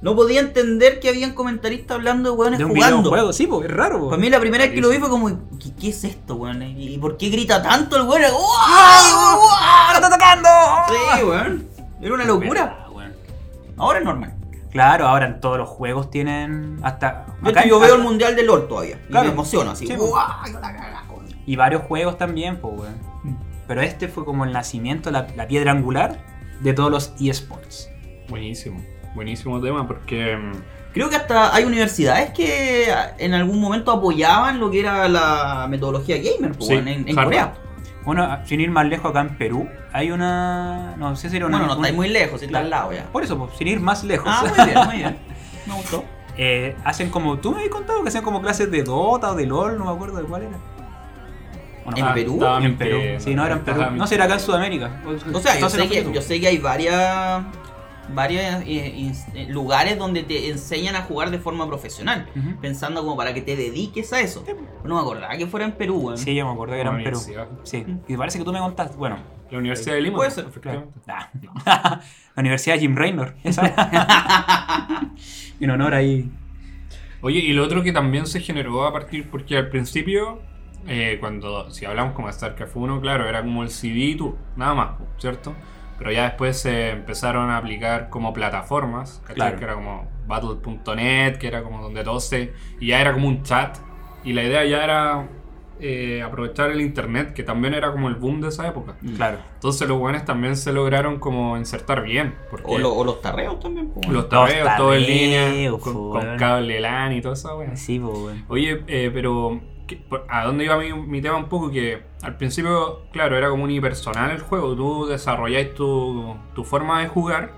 S4: No podía entender que habían comentaristas hablando de hueones
S1: De un
S4: jugando.
S1: videojuego, sí, po, es raro. po.
S4: Para mí la primera vez que lo vi fue como, ¿qué, qué es esto, weón? ¿Y y por qué grita tanto el weón?
S1: *laughs*
S4: ¡Guau! ¡Guau!
S1: ¡Ah, está atacando!
S4: Sí, weón. Era una locura.
S1: Verdad, weón.
S4: Ahora es normal.
S1: Claro, ahora en todos los juegos tienen hasta...
S4: De
S1: acá
S4: hecho,
S1: en-
S4: yo veo el
S1: acá-
S4: mundial del LOL todavía. Y
S1: Claro.
S4: me emociono así.
S1: Sí, po.
S4: ¡Guau! La cagada, weón.
S1: Y varios juegos también, pues, weón. Pero este fue como el nacimiento, la, la piedra angular de todos los eSports.
S2: Buenísimo, buenísimo tema porque mm,
S4: Creo que hasta hay universidades que en algún momento apoyaban lo que era la metodología gamer po,
S2: Sí,
S4: en, en
S2: Harvard.
S4: Corea.
S1: Bueno, a- sin ir más lejos, acá en Perú hay una... No sé si era una...
S4: Bueno, no
S1: una-
S4: estáis muy lejos, si está
S1: Claro.
S4: al lado ya.
S1: Por eso, pues, sin ir más lejos.
S4: Ah, muy bien, muy bien. Me gustó.
S1: *laughs* Eh, hacen como... Tú me habías contado que hacían como clases de Dota o de LOL, no me acuerdo de cuál era. ¿O no?
S4: ¿En
S1: Ah,
S4: Perú?
S2: estaba
S1: En Perú.
S2: mintiendo,
S1: Sí, no era en Perú.
S2: estaba
S1: No, si era acá en Sudamérica.
S4: O sea, yo
S1: Entonces no
S4: sé,
S1: fue
S4: que,
S1: Perú.
S4: yo sé que hay varias, varios eh, lugares donde te enseñan a jugar de forma profesional.
S1: Ujú.
S4: Pensando como para que te dediques a eso. No me acordaba que fuera en Perú, weón.
S1: Sí, yo me acuerdo que era en Perú.
S2: universidad.
S1: Sí, y parece que tú me contaste. Bueno,
S2: La Universidad de Lima.
S4: Puede ser,
S1: claro.
S2: efectivamente.
S1: Ah.
S2: *laughs*
S1: la Universidad de Jim Raynor, esa *laughs* es. en honor ahí.
S2: Oye, y lo otro que también se generó a partir, porque al principio, eh, cuando, si hablamos como de StarCraft 1, claro, era como el CD y tú, nada más, po, ¿cierto? Pero ya después se empezaron a aplicar como plataformas, ¿cachai?
S1: Claro.
S2: Que era como battle.net, que era como donde todo se... Y ya era como un chat. Y la idea ya era eh, aprovechar el internet, que también era como el boom de esa época.
S1: Claro.
S2: Entonces los buenos también se lograron como insertar bien. Porque
S4: O, lo- o los tarreos también, po, weón.
S2: los tabeos, todo en línea,
S1: tabeos,
S2: con,
S1: weón.
S2: con cable LAN y toda esa wea.
S1: Sí, pues, weón.
S2: Oye, eh, pero ¿qué- por- ¿a dónde iba mi, mi tema un poco? Que al principio, claro, era como unipersonal el juego. Tú desarrolláis tu, tu forma de jugar,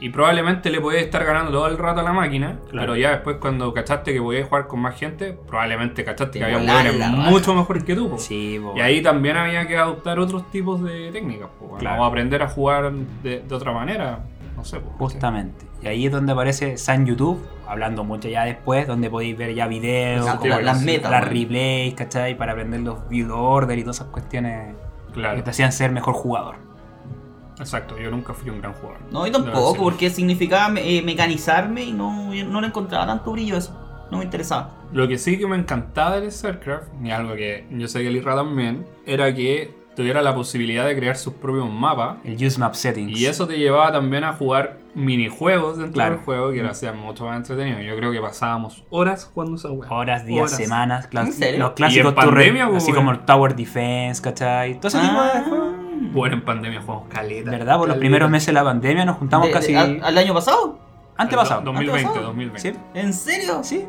S2: Y probablemente le podías estar ganando todo el rato a la máquina,
S1: Claro.
S2: pero ya después cuando cachaste que podías jugar con más gente, probablemente cachaste
S4: Te
S2: que había
S4: volaron
S2: jugadores
S4: la raja.
S2: mucho mejor que tú. po.
S1: Sí, po.
S2: Y ahí también había que adoptar otros tipos de técnicas, po, bueno,
S1: Claro.
S2: o aprender a jugar de, de otra manera, no sé. po, ¿cachai?
S1: Justamente. Y ahí es donde aparece San YouTube, hablando mucho ya después, donde podéis ver ya videos,
S4: Exacto,
S1: como
S2: las-
S1: las,
S2: las
S4: metas,
S1: las
S4: bueno.
S1: replays, ¿cachai? Para aprender los build order y todas esas cuestiones que
S2: Claro,
S1: te hacían ser mejor jugador.
S2: exacto, yo nunca fui un gran jugador.
S4: No, yo
S2: Debo
S4: tampoco,
S2: decirlo.
S4: porque significaba eh, mecanizarme y no, yo no le encontraba tanto brillo a eso. No me interesaba.
S2: Lo que sí que me encantaba del StarCraft, y algo que yo sé que el IRA también, era que tuviera la posibilidad de crear sus propios mapas.
S1: El Use Map Settings.
S2: Y eso te llevaba también a jugar minijuegos dentro
S1: Claro. Mm.
S2: del juego que lo hacían mucho más entretenido. Yo creo que pasábamos horas jugando esa wea.
S1: Horas, días,
S2: Horas.
S1: semanas, clas-
S4: ¿En serio?
S1: los
S2: Y
S1: clásicos
S2: en pandemia, Ah.
S1: turret, así
S2: pues,
S1: como
S2: bueno.
S1: el Tower Defense, ¿cachai? Todo ese tipo
S4: Ah.
S1: de juegos.
S2: Bueno, en pandemia jugamos caleta.
S1: ¿Verdad? Por los
S2: caleta.
S1: primeros meses de la pandemia nos juntamos
S4: De- de-
S1: casi
S4: a- ¿Al año pasado?
S1: antepasado.
S2: Do- 2020,
S4: Antepasado.
S2: 2020.
S1: ¿Sí?
S4: ¿En serio?
S1: ¿Sí?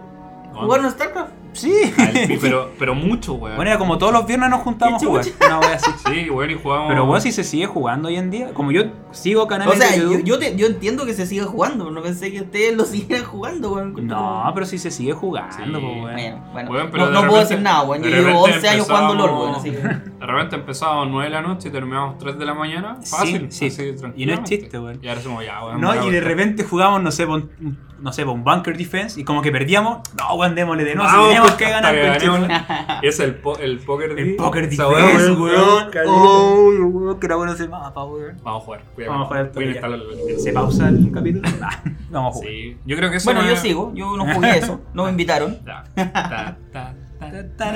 S4: ¿Jugaron StarCraft?
S1: Sí.
S2: Al
S1: *laughs*
S2: pi, pero, pero mucho, weón.
S1: Bueno, era como todos los viernes nos juntábamos a jugar. Una wea así.
S2: Sí, bueno, y jugábamos.
S1: Pero bueno, si se sigue jugando hoy en día, como yo sigo
S4: O
S1: canales
S4: sea,
S1: de
S4: yo,
S1: YouTube.
S4: yo, te- yo entiendo que se siga jugando, pero no pensé que ustedes lo *laughs* siguieran jugando, weón.
S1: No, pero si se sigue jugando,
S2: Sí.
S1: pues, weón.
S4: Bueno, bueno.
S2: Weón, pero
S4: no
S2: de
S4: no puedo
S2: repente-
S4: decir nada, weón. Yo
S2: de
S4: llevo
S2: repente
S4: 11 años jugando LOL, weón.
S2: empezamos-
S4: Así
S2: *laughs*
S4: que...
S2: De repente empezábamos 9 de la noche y terminábamos 3 de la mañana.
S1: Sí,
S2: Fácil,
S1: sí.
S2: así,
S1: Y no es
S2: tranquilamente.
S1: chiste, weón.
S2: Y ahora somos ya, weón.
S1: No,
S2: bravo,
S1: y de
S2: está.
S1: repente jugamos, no sé, po, un, no sé, po, un bunker defense y como que perdíamos, no, weón, démosle de no, si
S2: Vamos,
S1: tenemos que
S2: Ah, hasta
S1: ganar.
S2: que
S1: conche-
S2: ganemos la- *laughs* Y es el, po- el Poker
S1: El poker
S2: Esa
S1: defense, weón,
S2: weá,
S1: weón.
S2: caleta.
S1: Oh, weón, que era bueno ese mapa, weón.
S2: Vamos a jugar. cuidado.
S1: Vamos a jugar al
S2: Voy a
S1: Poker.
S2: instalar el-
S1: ¿Se pausa el capítulo? *laughs* Nah, vamos a jugar.
S2: Sí. Yo creo que eso
S4: Bueno,
S2: no
S4: yo
S2: es-
S4: sigo, yo no jugué eso, no me invitaron.
S2: *laughs* Ta, ta, ta, ta.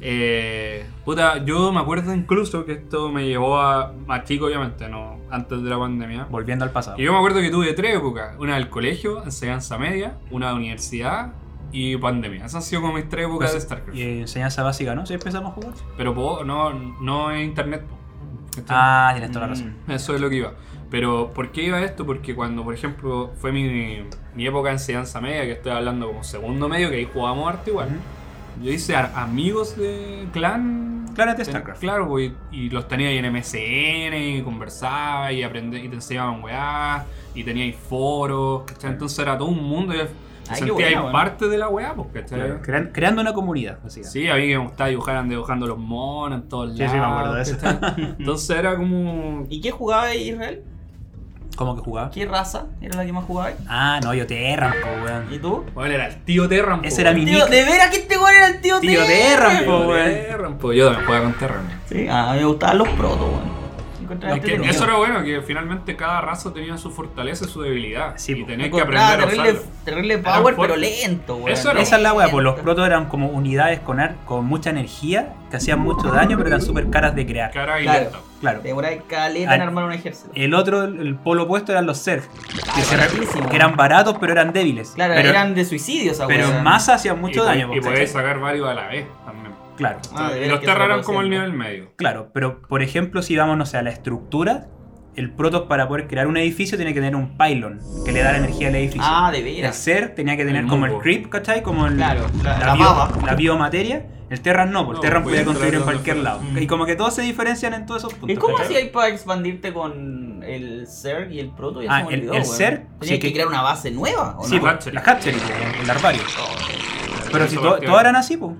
S2: Eh, puta, yo me acuerdo incluso que esto me llevó a más chico, obviamente, no antes de la pandemia.
S1: Volviendo al pasado.
S2: Y yo me acuerdo que tuve tres épocas: una del colegio, enseñanza media, una de universidad y pandemia. Esas han sido como mis tres épocas de
S1: Pues,
S2: StarCraft.
S1: y enseñanza básica, ¿no? ¿Sí empezamos a jugar?
S2: Pero po- no, no es internet. po. ¿Cachai?
S1: Ah, tienes toda la razón.
S2: Eso es lo que iba. Pero, ¿por qué iba esto? Porque cuando, por ejemplo, fue mi, mi época de enseñanza media, que estoy hablando como segundo medio, que ahí jugábamos arte igual, yo hice ar- amigos de clan.
S1: Claro, de
S2: Ten-
S1: StarCraft.
S2: Claro, pues, y, y los tenía ahí en MSN, y conversaba, y aprendí, y te enseñaban weá, y teníais foros, ¿cachai? Entonces era todo un mundo, y yo me
S4: Ay, qué
S2: sentía
S4: buena,
S2: ahí
S4: weón.
S2: parte de la weá, pues, ¿cachai?
S1: Claro, crean- creando una comunidad, básicamente.
S2: Sí, a mí que me gustaba dibujar, andaba dibujando los monos en todos
S1: Sí,
S2: lados.
S1: sí, me acuerdo de eso. *laughs*
S2: ¿cachai? Entonces era como.
S4: ¿Y qué jugaba Israel?
S1: ¿Cómo que jugaba?
S4: ¿Qué raza era la que más jugaba?
S1: Ah, no, yo Terran, po, weón.
S4: ¿Y tú?
S2: Bueno, era el tío Terran. po,
S1: Ese era mi
S2: weón.
S4: Tío,
S1: nick.
S4: ¿De veras que este weón era el tío,
S1: Tío
S4: T?
S1: Terran, po,
S2: Tío
S1: weón.
S2: Terran, po. Yo también jugaba con Terran.
S4: Sí, a mí me gustaban los protos, weón. Encontraba este
S1: Es que
S2: Eso
S4: entretenido.
S2: era bueno, que finalmente cada raza tenía su fortaleza y su debilidad.
S1: Sí,
S2: y
S1: po.
S2: tenés que
S4: Encontraba
S2: aprender a
S4: Ah, terrible,
S2: usarlo.
S4: terrible
S2: Eran
S4: power, pero
S2: fuertes.
S4: lento, weón.
S2: Eso era
S1: Esa es la wea, pues los
S4: Lento.
S1: protos eran como unidades con, ar- con mucha energía que hacían mucho daño, pero eran súper caras de crear.
S2: Cara y
S4: Claro.
S2: lenta.
S1: Claro.
S4: Demoraba caleta en
S1: Ah,
S4: armar un ejército.
S1: El otro, el, el polo opuesto eran los Zerg, que, se-
S4: baratísimo.
S1: que eran baratos pero eran débiles.
S4: Claro,
S1: pero,
S4: eran de suicidio esa
S1: pero
S4: weá.
S1: en masa hacían mucho
S2: y,
S1: daño.
S2: Y
S1: po,
S2: podés
S1: ¿cachai?
S2: sacar varios a la vez también.
S1: Claro.
S4: Ah, de
S2: y
S4: veras
S2: los
S4: que se
S2: Terran eran
S4: lo
S2: como el
S4: siento.
S2: nivel medio.
S1: Claro, pero por ejemplo, si vamos, no sé, a la estructura, el Protoss para poder crear un edificio tiene que tener un pylon que le da la energía al edificio.
S4: Ah, de
S1: el
S4: veras.
S1: ser tenía que tener
S2: El
S1: como el
S2: musgo.
S1: creep, ¿cachai? Como el-
S4: Claro, la- la
S1: bio-
S4: baba.
S1: la biomateria. El Terran no, porque el
S2: No,
S1: Terran
S2: podía
S1: podía construir en
S2: entrar
S1: cualquier
S2: donde
S1: lado.
S2: fuera. Mm.
S1: Y como que todos se diferencian en todos esos puntos.
S4: ¿Y cómo
S1: ¿cachai?
S4: hacías para expandirte con el Zerg y el Proto? Ya
S1: Ah,
S4: se me
S1: el-
S4: olvidó,
S1: el
S4: weón.
S1: Zerg,
S4: Tenías
S1: sí,
S4: que
S1: que-
S4: crear una base nueva, ¿o
S1: Sí,
S4: no?
S2: Las
S1: pues,
S2: hatchery.
S1: las hatchery, pues, el armario. Pero si
S2: Eso
S1: to-
S2: partió.
S1: todas eran así, pues.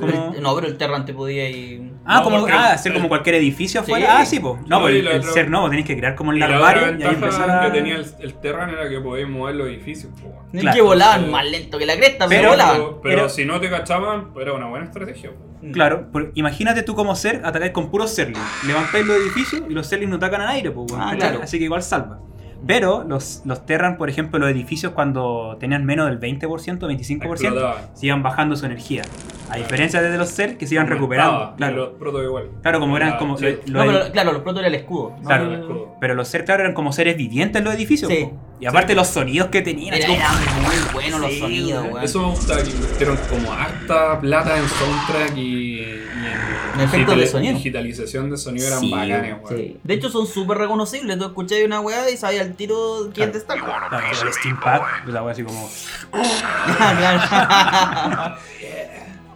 S4: Pero
S1: Como-
S4: el- no, pero el Terran te podía ir...
S1: Ah,
S2: No,
S1: como,
S2: porque-
S1: ah, hacer como cualquier edificio afuera.
S4: Sí.
S1: Ah, sí, pues. No,
S2: No,
S1: pues
S2: y
S1: el,
S2: lo
S1: el
S2: otro-
S1: ser no, pues, tenéis que crear como el
S2: Y la otra
S1: larvario y ahí empezar
S2: ventaja
S1: a.
S2: que tenía el, el Terran era que podías mover los edificios. po, weón.
S4: Ni
S1: Claro.
S4: que volaban más lento que la cresta, pero,
S1: Pero-
S4: volaban.
S2: Pero, pero
S1: Era-
S2: si no te cachaban, era una buena estrategia. po.
S1: Claro, pero imagínate tú como ser, atacáis con puros Zerlings. Levantáis los edificios y los Zerlings no atacan al aire, pues, weón,
S4: Ah,
S1: ¿cachai?
S4: claro.
S1: Así que igual salva. Pero los, los Terran, por ejemplo, los edificios cuando tenían menos del 20%, 25%,
S2: Explotaban.
S1: se iban bajando su energía. A diferencia de los Zerg que se iban recuperando.
S2: Aumentaba,
S1: Claro,
S2: y Los proto igual.
S1: claro como eran
S2: Ah,
S1: como.
S2: sí.
S1: lo-
S4: No,
S1: lo-
S4: pero claro, los Proto era el escudo. ¿no?
S1: claro.
S2: el escudo.
S1: pero los Zerg, claro, eran como seres vivientes los edificios.
S4: Sí.
S1: po. Y aparte los sonidos que tenían.
S4: Era,
S1: así como-
S4: eran muy buenos los
S1: Sí,
S4: sonidos,
S1: weón.
S4: weón.
S2: Eso me gusta que metieron como harta plata en soundtrack y, y en,
S4: En efectos de sonido.
S2: digitalización de sonido eran
S1: Sí,
S2: bacanes, weón.
S4: Sí. De hecho, son súper reconocibles. Tú escucháis una weá y sabías al tiro quién
S1: Claro.
S4: te está. Claro,
S1: *laughs* Claro, como el Steampack, la wea así como.
S4: claro.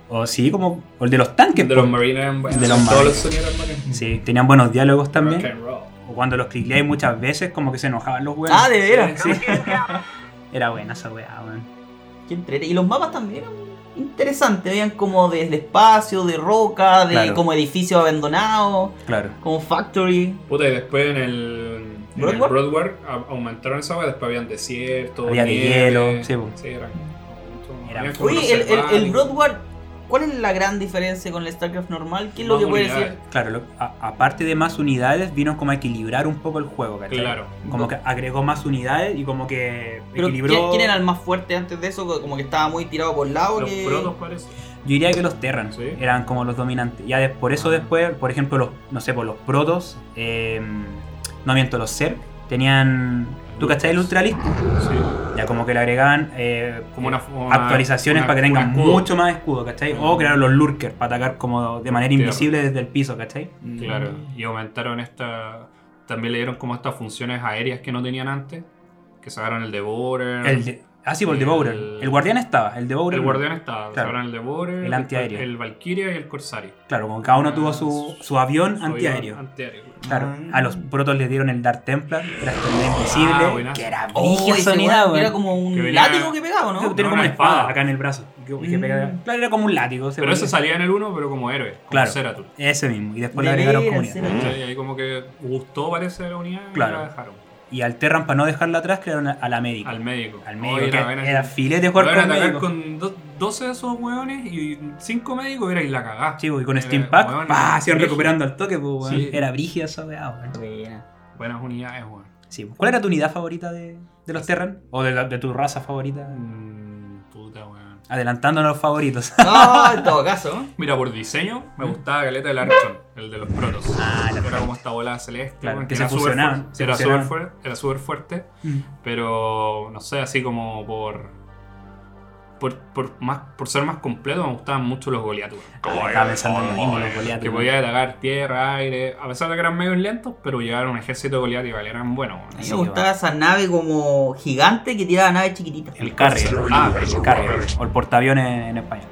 S1: O sí, como. O el de los tanques.
S2: De
S1: po.
S2: los Marines eran bacanes.
S1: De los
S2: Todos
S1: Marines.
S2: los sonidos eran bacanes.
S1: Sí, tenían buenos diálogos también.
S2: Rock and roll.
S1: O cuando los cliqueáis muchas veces, como que se enojaban los weones.
S4: Ah, de veras.
S1: Sí. *laughs* Era buena esa weá, weón.
S4: Qué entrete. Y los mapas también eran interesantes. Veían como desde espacio, de roca, de
S1: Claro.
S4: como edificios abandonados,
S1: Claro.
S4: como factory.
S2: Puta, y después en el. en el
S4: ¿Broadwalk?
S2: Broadwalk a- aumentaron esa weá, después habían desierto,
S1: Había de
S2: nieve,
S1: hielo, sí, po.
S2: era.
S1: Era-
S2: había como unos
S4: Oye, el, el, el
S2: cerváticos.
S4: Broadwalk, ¿cuál es la gran diferencia con el StarCraft normal? ¿Qué es lo
S2: Más
S4: que puede
S2: unidades.
S4: decir?
S1: Claro, lo- a- aparte de más unidades, vino como a equilibrar un poco el juego, ¿cachai?
S2: Claro.
S1: Como que agregó más unidades y como que
S4: Pero ¿quién,
S1: equilibró.
S4: quién era el más fuerte antes de eso? Como que estaba muy tirado por lado.
S2: Los
S4: que-
S2: protos parece.
S1: Yo diría que los Terran
S2: Sí. Ah.
S1: eran como los dominantes. Ya de- por eso después, por ejemplo, los, no sé, por los protos, eh, no miento, los Zerg, tenían. ¿Tú cachai el Ultralist?
S2: Sí.
S1: Ya como que le agregaban eh,
S2: Como una- una-
S1: actualizaciones
S2: una-
S1: para que tengan
S2: un escudo.
S1: mucho más escudo, ¿cachai? O crearon los Lurkers para atacar como de manera
S2: Claro.
S1: invisible desde el piso, ¿cachai?
S2: Claro, y aumentaron esta. También le dieron como estas funciones aéreas que no tenían antes. Que sacaron el Devourer.
S1: El de- ah, sí, por el Devourer.
S2: El-
S1: El Guardián estaba, el Devourer.
S2: El
S1: no.
S2: Guardián estaba.
S1: Claro.
S2: Sacaron el Devourer.
S1: El antiaéreo.
S2: El Valkyria y el Corsario.
S1: Claro, como cada uno tuvo su, su avión
S2: Ah, Su
S1: antiaéreo.
S2: avión Antiaéreo.
S1: Claro,
S4: Ah.
S1: a los protos les dieron el Dark Templar, que era esta unidad invisible,
S2: Ah, buenazo.
S1: que era
S4: Oh,
S1: brígida
S4: ese
S1: esa unidad,
S4: weón,
S1: weón.
S4: Era como un
S2: Que venía-
S4: látigo que pegaba, ¿no?
S1: Tiene
S2: no,
S1: como
S2: una
S1: una espada
S2: espada.
S1: acá en el brazo. que- que
S4: Mm.
S1: pega- Claro, era como un látigo. se
S2: Pero ese
S1: podía-
S2: salía en el 1, pero como héroe. Como
S1: Claro. Mm.
S2: Ceratul.
S1: Ese mismo. Y después le
S4: De
S1: agregaron
S4: veras,
S1: comunidad.
S4: era-
S2: Y ahí como que gustó, parece, la unidad.
S1: Claro.
S2: Y la dejaron.
S1: Y al Terran, para no dejarla atrás, crearon a- a la médica.
S2: Al médico.
S1: Al
S2: Oh,
S1: médico.
S2: era
S1: que
S2: buena
S1: era
S2: esa.
S1: filete
S2: Lo
S1: jugar
S2: iban a
S1: con
S2: atacar
S1: médico.
S2: con do- 12 de esos hueones y 5 médicos era y la cagá.
S1: Sí, pues, y con
S2: Era-
S1: Steam Pack,
S2: hueón,
S1: pa, se iban
S2: brígido.
S1: recuperando al toque, pues, weón.
S2: Sí.
S1: Era brígida esa weá, weón.
S4: Buena.
S2: Buenas unidades, weón.
S1: Sí, pues. ¿Cuál era tu unidad favorita de, de los Terran? ¿O de, la- de tu raza favorita?
S2: Mm, Puta, weón.
S1: Adelantándonos a los
S2: *laughs*
S1: favoritos.
S4: No, en
S1: *laughs*
S4: todo caso.
S2: Mira, por diseño, me gustaba Caleta del Archon, el de los protos.
S1: ¿Mm? Ah, el
S2: era como esta bola celeste.
S1: Claro,
S2: weón,
S1: que se
S2: era súper
S1: fusionaban,
S2: fuerte.
S1: se
S2: Era súper
S1: fusionaban.
S2: fuerte, era súper fuerte, pero no sé, así como por. Por, por, más, por ser más completo me gustaban mucho los goliaturas.
S1: Estaba pensando en lo mismo, los Goliath,
S2: Que
S1: weón.
S2: podía atacar tierra, aire. A pesar de que eran medio lentos, pero llegaron un ejército de Goliath y vale, eran buenos. weón.
S4: A mí
S1: Sí,
S4: me gustaba esa nave como gigante que tiraba naves chiquititas.
S1: El carrier.
S2: Ah,
S1: el carrier. O el portaaviones en España.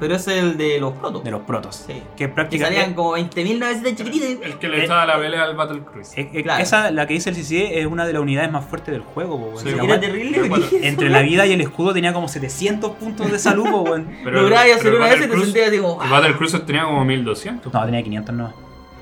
S4: Pero es el de los protos.
S1: De los protos.
S4: Sí.
S1: Que
S4: Que salían
S1: prácticamente.
S4: como 20.000 navecitas chiquititas.
S2: El que le echaba la pelea al Battle Cruise.
S1: eh, eh,
S4: Claro.
S1: Esa, la que dice el CCE, es una de las unidades más fuertes del juego, po, weón.
S2: Sí,
S1: Si la
S4: Era
S1: weá-
S4: terrible.
S2: Pero cuando-
S1: *laughs*
S4: brígido.
S1: Entre la vida y el escudo tenía como 700 puntos de salud, po, weón.
S4: *laughs* Lograba hacer
S2: pero
S4: una vez y te
S2: Battlecruiser-
S4: sentías así como. "Ah".
S2: El Battlecruiser tenía como 1200.
S1: No, tenía 500 no.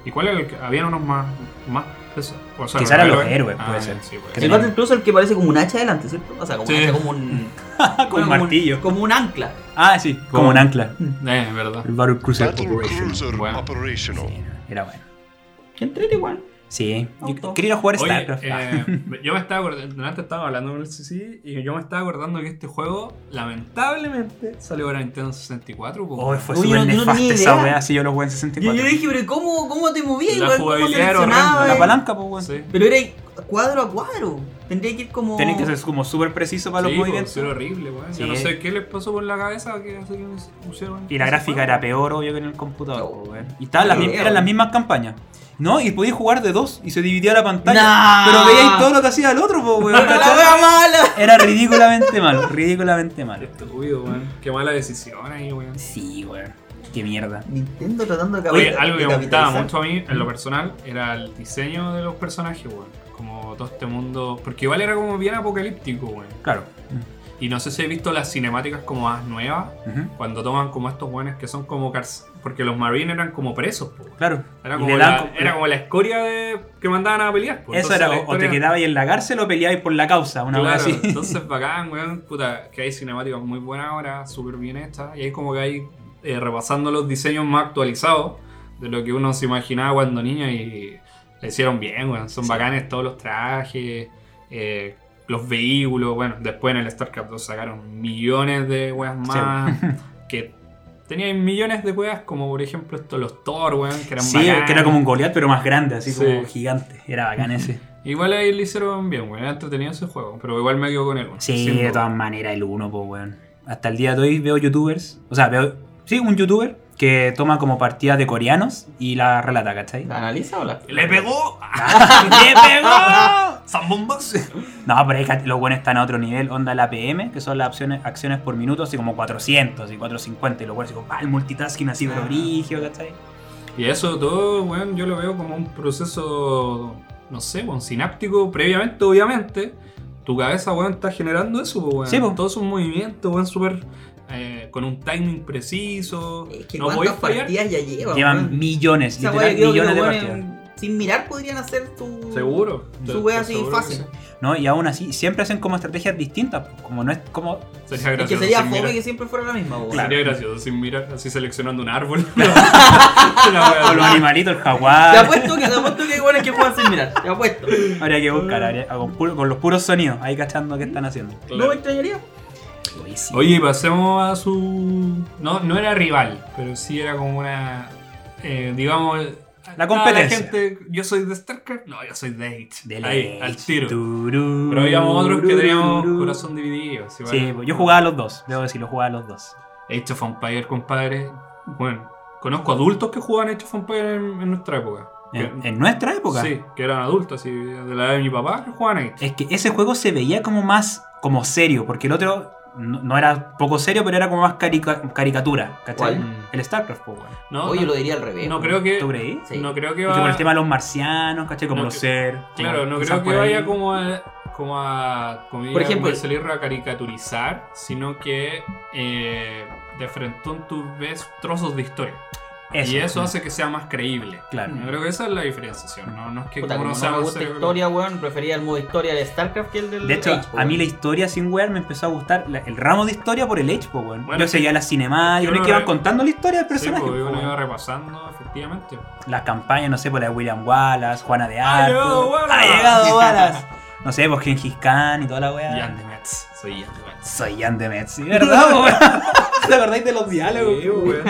S2: ¿Y cuál era el que? Habían unos más. más pesos? o sea,
S1: Quizá eran los héroes,
S2: Ah,
S1: puede ser.
S2: sí, puede
S1: Que
S2: ser.
S4: El Battle Cruiser el que parece como un hacha adelante, ¿cierto? O sea, como,
S2: Sí.
S4: un hacha,
S1: *laughs*
S4: como un.
S1: Ah, Con un martillo.
S4: Ah, Como un ancla.
S1: Ah, sí, como
S2: Como-
S1: un ancla.
S2: Eh, es verdad.
S1: El Battle Cruiser
S6: Battle
S1: Corporation.
S6: Cruiser
S2: Bueno.
S6: Operational.
S1: Sí, era bueno.
S4: Qué entrete, weón.
S1: Sí, yo
S4: Auto.
S1: quería ir a jugar
S2: Oye,
S1: StarCraft.
S2: eh, yo me estaba acordando, antes estábamos hablando con el CC y yo me estaba acordando que este juego, lamentablemente, salió para Nintendo 64. po.
S1: oh, fue
S4: Uy,
S1: súper
S4: yo no- yo no
S1: nefasta
S4: tenía
S1: esa
S4: idea.
S1: weá, si yo lo jugué en
S4: Y yo
S1: 64.
S4: dije, pero ¿cómo, cómo te movías,
S2: La
S4: weón? ¿Cómo
S2: jugabilidad era horrenda.
S4: seleccionabas?
S1: la
S2: eh.
S1: palanca, pues, weón.
S2: Sí.
S4: Pero era cuadro a cuadro. Tendría que ir como.
S1: Tenés que ser como súper preciso para
S2: Sí,
S1: los
S2: po,
S1: movimientos.
S2: era horrible, weón. Yo
S1: Sí. eh.
S2: no sé qué les pasó por la cabeza que hace que me pusieron.
S1: Y la
S2: ese
S1: gráfica
S2: juego.
S1: era peor, obvio, que en el computador.
S4: Oh.
S1: po, weón. Y estaban las,
S4: Qué
S1: mi-
S4: feo.
S1: eran las mismas campañas. ¿No? Y podías jugar de dos y se dividía la pantalla.
S4: Nah.
S1: Pero veíais todo lo que hacía el otro, po, weón.
S4: *laughs* ¡La
S1: ¿cachai?
S4: wea mala!
S1: Era ridículamente malo, ridículamente
S2: Qué
S1: malo.
S2: estúpido, weón. Qué mala decisión ahí, weón.
S1: Sí, weón. Qué mierda.
S4: Nintendo tratando de
S2: Oye,
S4: capital-
S2: algo que
S4: de
S2: me gustaba
S4: capitalizar.
S2: mucho a mí en lo personal era el diseño de los personajes, weón. Como todo este mundo. Porque igual era como bien apocalíptico, weón.
S1: Claro.
S2: Y no sé si he visto las cinemáticas como más nuevas,
S1: Ujú.
S2: cuando toman como estos weones que son como cárcel. Porque los Marines eran como presos, po, weón.
S1: Claro.
S2: Era
S1: Y
S2: como,
S1: le
S2: la,
S1: dan co-
S2: era como la escoria de, que mandaban a pelear. po.
S1: Eso
S2: Pues Entonces,
S1: era,
S2: la
S1: o- o te
S2: historia-
S1: quedabais en la cárcel o peleabais por la causa, una weá
S2: Claro,
S1: así. *laughs*
S2: entonces bacán, weón. Puta, que hay cinemáticas muy buenas ahora, súper bien hechas. Y ahí como que hay eh, repasando los diseños más actualizados de lo que uno se imaginaba cuando niño y le hicieron bien, weón. Son bacanes todos los trajes, eh, los vehículos. Bueno, después en el StarCraft 2 sacaron millones de weas
S1: Sí.
S2: más.
S1: *laughs*
S2: Que tenían millones de weas, como por ejemplo estos, los Thor, weón, que eran
S1: Sí,
S2: bacanes.
S1: que era como un Goliath, pero más grande, así
S2: Sí.
S1: como gigante. Era bacán ese.
S2: Igual ahí lo hicieron bien, weón. Era entretenido ese juego, pero igual me quedo con el uno,
S1: Sí,
S2: sin
S1: de
S2: duda.
S1: todas maneras, el uno, pues, weón. Hasta el día de hoy veo youtubers, o sea, veo, sí, un youtuber que toma como partidas de coreanos y la relata, ¿cachai? *laughs*
S4: ¿La analiza o la.?
S2: ¡Le pegó!
S1: ¡Le pegó!
S2: ¡Zambombas!
S1: No, pero es que los buenos están a otro nivel, onda la PM, que son las acciones, acciones por minuto, así como 400 y 450, y los buenos así como, ah, el multitasking así, pero
S4: Ah.
S1: brigio, ¿cachai?
S2: Y eso todo, weón, yo lo veo como un proceso no sé, un sináptico previamente, obviamente, tu cabeza, weón, está generando eso, pues, weón.
S1: Sí, po.
S2: Todos esos movimientos, weón, súper. eh, con un timing preciso.
S4: Es que
S2: no podéis
S4: cuántas
S2: fallar.
S4: partidas ya llevan.
S1: Llevan
S4: pues, weón.
S1: millones,
S4: Esa
S1: literal,
S4: weá, yo creo que
S1: millones de
S4: los
S1: partidas.
S4: weones, Sin mirar podrían hacer tu.
S2: Seguro.
S4: Su
S2: Te-
S4: wea
S2: te
S4: así
S2: aseguro que
S4: fácil.
S2: sí.
S1: ¿no? Y aún así, siempre hacen como estrategias distintas, pues, como no es como...
S2: Sería
S4: Es que
S2: gracioso.
S4: sería
S2: sin
S4: fome
S2: mirar.
S4: que siempre fuera la misma, weón.
S1: Claro.
S2: Sería gracioso sin mirar, así seleccionando un
S4: *laughs*
S2: árbol. La wea
S1: Con los
S2: así.
S1: animalitos, el
S4: Te
S1: jaguar.
S2: pues.
S4: apuesto que, te apuesto que hay weones que juegan sin mirar. Te apuesto.
S1: Habría que buscar, habría- con, puro- con los puros sonidos, ahí cachando qué están haciendo.
S4: No
S2: Claro.
S4: me extrañaría.
S2: Oye, pasemos a su. No, no era rival, pero sí era como una. eh, digamos.
S1: La
S2: ah,
S1: competencia.
S2: gente, yo soy de StarCraft, no, yo soy de Age.
S1: De
S2: Ahí,
S1: leche.
S2: al tiro.
S1: Turú,
S2: Pero habíamos otros que
S1: turú,
S2: teníamos
S1: turú.
S2: corazón dividido. así,
S1: Sí,
S2: bueno.
S1: pues, yo jugaba a los dos, debo decirlo, jugaba a los dos.
S2: Age of Empire, compadre. Bueno, conozco adultos que jugaban Age of Empire en, en nuestra época.
S1: En,
S2: Que-
S1: en nuestra época.
S2: Sí, que eran adultos, así, de la edad de mi papá, que jugaban Age.
S1: Es que ese juego se veía como más como serio, porque el otro no, no era poco serio, pero era como más carica- caricatura, ¿cachai?
S4: ¿Cuál?
S2: Mm.
S1: El StarCraft, pues, weón.
S2: No,
S4: Oye,
S2: no,
S4: lo diría al revés.
S2: no
S4: weón.
S2: creo que.
S1: ¿Tú creí?
S4: Sí.
S2: No creo que
S1: Y
S2: va.
S1: que por el tema de los marcianos, ¿cachai? Como
S2: Eh, No
S1: los
S2: que-
S1: ser.
S2: Claro,
S1: como
S2: no
S1: quizás
S2: creo que
S1: por ahí.
S2: vaya como a, como a como
S4: Por
S2: Por ejemplo,
S4: ejemplo-
S2: a caricaturizar, sino que eh, de frente tú ves trozos de historia. y eso hace que sea más creíble.
S1: Claro.
S2: Yo creo que esa es la diferenciación. No, no es que
S4: Puta,
S2: como no
S4: como no
S2: sea
S4: me
S2: más
S4: gusta
S2: serio,
S4: historia, weón. Prefería el modo historia de StarCraft que el del.
S1: De hecho,
S4: Age,
S1: a mí la
S4: weón.
S1: historia sin wear me empezó a gustar la- el ramo de historia por el H, po, weón.
S2: Bueno,
S1: Yo
S2: sí.
S1: seguía las cinemáticas,
S2: Yo
S1: no es
S2: no
S1: que iban
S2: re-
S1: contando la historia del
S2: pero- Sí,
S1: personaje.
S2: pues,
S1: po,
S2: uno
S1: weón.
S2: iba repasando, efectivamente.
S1: Las campañas, no sé, por la de William Wallace, Juana de
S2: ¡Ha
S1: Arco.
S2: llegado Wallace!
S1: ¡Ha
S2: *laughs*
S1: llegado Wallace! No sé, pues Gengis Khan y toda la weá.
S2: Jan de Metz, soy Jan de Metz.
S1: Soy Jan de Metz, ¿verdad, po, weón? *laughs* ¿Te acordáis de los diálogos?
S2: Sí,
S1: po, *laughs*
S2: weón.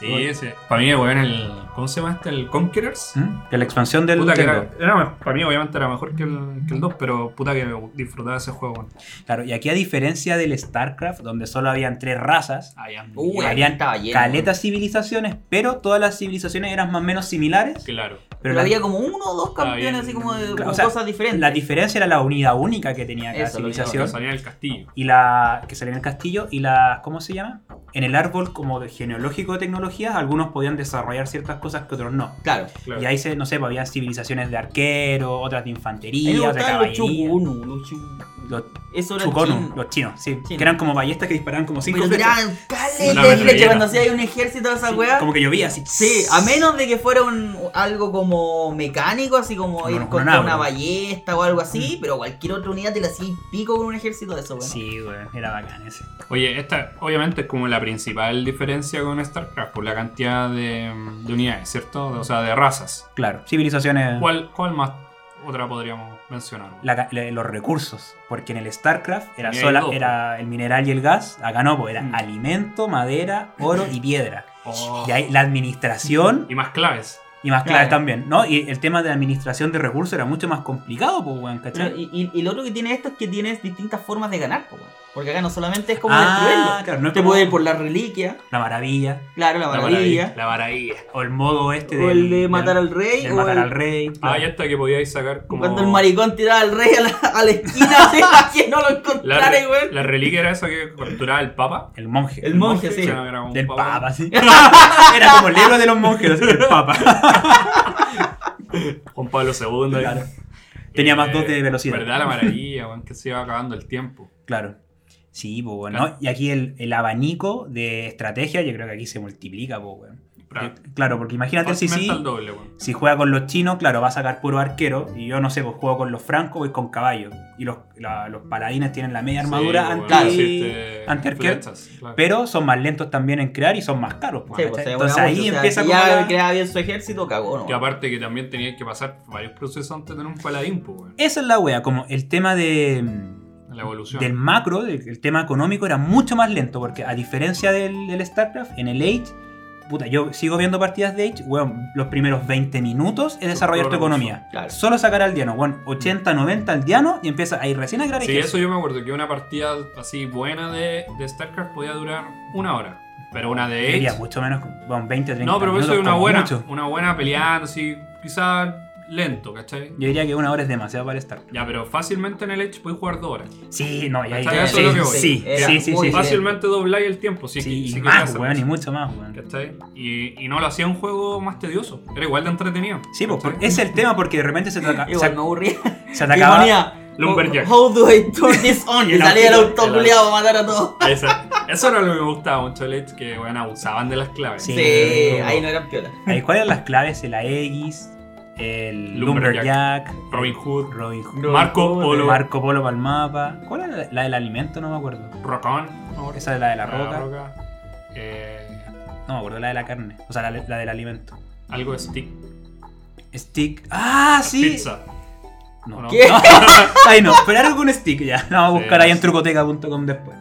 S2: Sí, ese. Para mí, weón, el. ¿Cómo se llama este? El Conquerors.
S1: ¿Mm? Que la expansión del.
S2: Puta que
S1: del
S2: era,
S1: dos.
S2: era- para mí obviamente era mejor que el, que el 2, pero puta que me disfrutaba ese juego. weón.
S1: Claro, y aquí a diferencia del StarCraft, donde solo habían tres razas,
S2: Ay, ande.
S4: Uh,
S1: Habían
S4: aquí estaba lleno,
S1: caletas civilizaciones, pero todas las civilizaciones eran más o menos similares.
S2: Claro.
S1: Pero
S4: Pero
S1: la,
S4: había como uno o dos
S2: Habían-
S4: campeones así como de
S2: claro,
S4: como
S1: o sea,
S4: cosas diferentes.
S1: la diferencia era la unidad única que tenía cada
S4: Eso, la unidad
S1: civilización.
S2: Salía del castillo.
S1: Y la que salía en el castillo y la... ¿Cómo se llama? En el árbol como de genealógico de tecnologías, algunos podían desarrollar ciertas cosas que otros no.
S4: claro.
S2: Claro.
S1: Y ahí se, no sé, pues, había civilizaciones de arquero, otras de
S4: A mí me
S1: infantería, otras de
S4: gustaban los
S1: caballería.
S4: chukunu, los chu-
S1: Los
S4: Eso era
S1: chukonu,
S4: chino.
S1: los chinos, sí.
S4: Chino.
S1: Que eran como ballestas que disparaban como cinco
S4: Pero
S1: veces.
S4: tiraban
S2: La
S4: caleta de leche
S2: metralleta.
S4: cuando hacía ahí un ejército de esa weá.
S1: Como que llovía así.
S4: Sí, Ah, a menos de que fuera un, algo como mecánico, así como
S1: Como
S4: ir
S1: un-
S4: contra
S1: un
S4: una
S1: árbol.
S4: ballesta o algo así, pero cualquier otra unidad te la hacía y pico con un ejército de eso, weón.
S1: Mm. Sí, güey, era bacán ese.
S2: Oye, esta obviamente es como la principal diferencia con StarCraft, por la cantidad de, de unidades, ¿cierto? O sea, de razas.
S1: Claro, civilizaciones...
S2: ¿Cuál, cuál más otra podríamos mencionar?
S1: la ca- la- los recursos. Porque en el StarCraft era,
S2: Tenía
S1: sola,
S2: el dos,
S1: era el mineral y el gas. Acá no, pues era
S2: Mm.
S1: alimento, madera, oro y piedra.
S2: Oh,
S1: Y ahí la administración
S4: *laughs*
S2: y más claves.
S1: y más clave
S4: Claro.
S1: también, ¿no? Y el tema de la administración de recursos era mucho más complicado, pues, weón, ¿cachai?
S4: Pero- y, y- y lo otro que tiene esto es que tienes distintas formas de ganar, po, weón. Porque acá no solamente es como
S1: ah,
S4: destruirlo.
S1: claro, no es
S4: Te
S1: como
S4: puede ir por la reliquia,
S1: la maravilla,
S4: claro, la maravilla.
S2: La maravilla.
S1: o el modo este
S4: o el de
S1: del-
S4: matar
S1: del-
S4: al rey,
S1: del
S4: o
S1: matar
S4: el-
S1: al rey.
S2: Ah,
S1: claro.
S2: ya está que podíais sacar como.
S4: cuando el maricón tiraba al rey a la, a la esquina *laughs* así, para que no lo
S2: La,
S4: encontrara,
S2: re-
S4: weón.
S2: la reliquia era esa que capturaba el papa.
S1: El monje.
S4: El monje, sí.
S2: que era un
S1: Del papa, sí. *laughs* Era como el libro de los monjes, así, el papa.
S2: Juan Pablo II.
S1: Claro. Tenía más dos
S2: dos
S1: de velocidad.
S2: ¿Verdad? La maravilla, weón, que se iba acabando el tiempo.
S1: Claro. Sí, pues, bueno.
S2: Claro.
S1: Y aquí el, el abanico de estrategia, yo creo que aquí se multiplica, pues, weón.
S2: Pra-
S1: Porque- Claro, porque imagínate si sí.
S2: Aumenta el doble, weón.
S1: Si juega con los chinos, claro, va a sacar puro arquero. Y yo no sé, pues juego con los francos, voy con caballo. Y los, la- los paladines tienen la media armadura
S2: Sí,
S1: anti,
S2: weón, este- existe
S1: anti arquero.
S2: flechas, claro.
S1: Pero son más lentos también en crear y son más caros. pues,
S4: Sí,
S1: ¿cachai?
S4: pues, se demora
S1: Entonces
S4: mucho,
S1: ahí
S4: o sea,
S1: empieza
S4: si
S1: como
S4: ya
S1: la-
S4: creaba bien su ejército, cagó, ¿no?
S2: Que aparte que también tenía que pasar varios procesos antes de tener un paladín, pues, weón.
S1: Esa es la wea, como el tema de, mm,
S2: La evolución.
S1: del macro, del, el tema económico era mucho más lento. Porque a diferencia del, del StarCraft, en el Age, puta, yo sigo viendo partidas de Age, weón, los primeros 20 minutos es desarrollar tu
S2: recurso.
S1: economía.
S4: Claro.
S1: Solo sacar al diano, weón, 80, 90 al diano y empieza ahí recién a crear
S2: Mm. Sí,
S1: ejército.
S2: eso yo me acuerdo, que una partida así buena de, de StarCraft podía durar una hora. Pero una de
S1: Diría
S2: Age-
S1: mucho menos, con 20, 30
S2: No, pero eso
S1: minutos
S2: es una
S1: como
S2: buena.
S1: mucho.
S2: Una buena peleando, así. Quizás lento, ¿cachai?
S1: Yo diría que una hora es demasiado para Starcraft.
S2: Ya, pero fácilmente en el Edge podéis jugar dos horas.
S1: Sí, no, ya, ya.
S2: Está bien, eso es lo que voy.
S1: sí,
S4: Era
S1: sí, sí,
S4: muy
S1: sí, sí.
S4: fácil.
S2: Fácilmente dobláis el tiempo, si es que-
S1: Sí,
S2: si
S1: y
S2: es que
S1: más,
S2: hacen,
S1: weón, y mucho más, weón.
S2: ¿cachai? Y, y no lo hacía un juego más tedioso, era igual de entretenido.
S1: Sí, pues,
S2: ¿cachai?
S1: por- ese es el tema porque de repente se, ataca-
S4: Igual
S1: se-
S4: me aburría.
S1: se
S4: *laughs*
S1: atacaba.
S4: Demonía.
S2: Lumberjack.
S4: How do I turn this on?
S1: Y
S4: Y
S1: el
S4: salía el
S1: autito,
S2: el
S4: auto culiado a matar a todos.
S2: Esa- eso era lo que me gustaba mucho del Edge, que bueno, abusaban de las claves.
S1: Sí.
S4: Sí,
S1: no.
S4: ahí no eran piola.
S1: Ahí, ¿Cuáles eran las claves? La X, el
S2: Lumberjack.
S1: Lumberjack,
S2: Robin Hood,
S1: Robin Hood,
S4: No,
S2: Marco
S4: no,
S2: Polo,
S1: Marco Polo para el mapa. ¿Cuál era la, la del alimento? No me acuerdo.
S2: Rocón, no,
S1: Esa de la de la roca.
S2: roca, eh,
S1: No me acuerdo, la de la carne. O sea, la, la del alimento.
S2: algo de stick,
S1: Stick. ¡Ah, sí!
S2: pizza.
S1: No. *laughs*
S2: ¿o no?
S4: ¿Qué?
S1: Ay, no, pero algo con stick ya. La vamos a
S2: Sí,
S1: buscar ahí en
S2: sí.
S1: trucoteca.com después.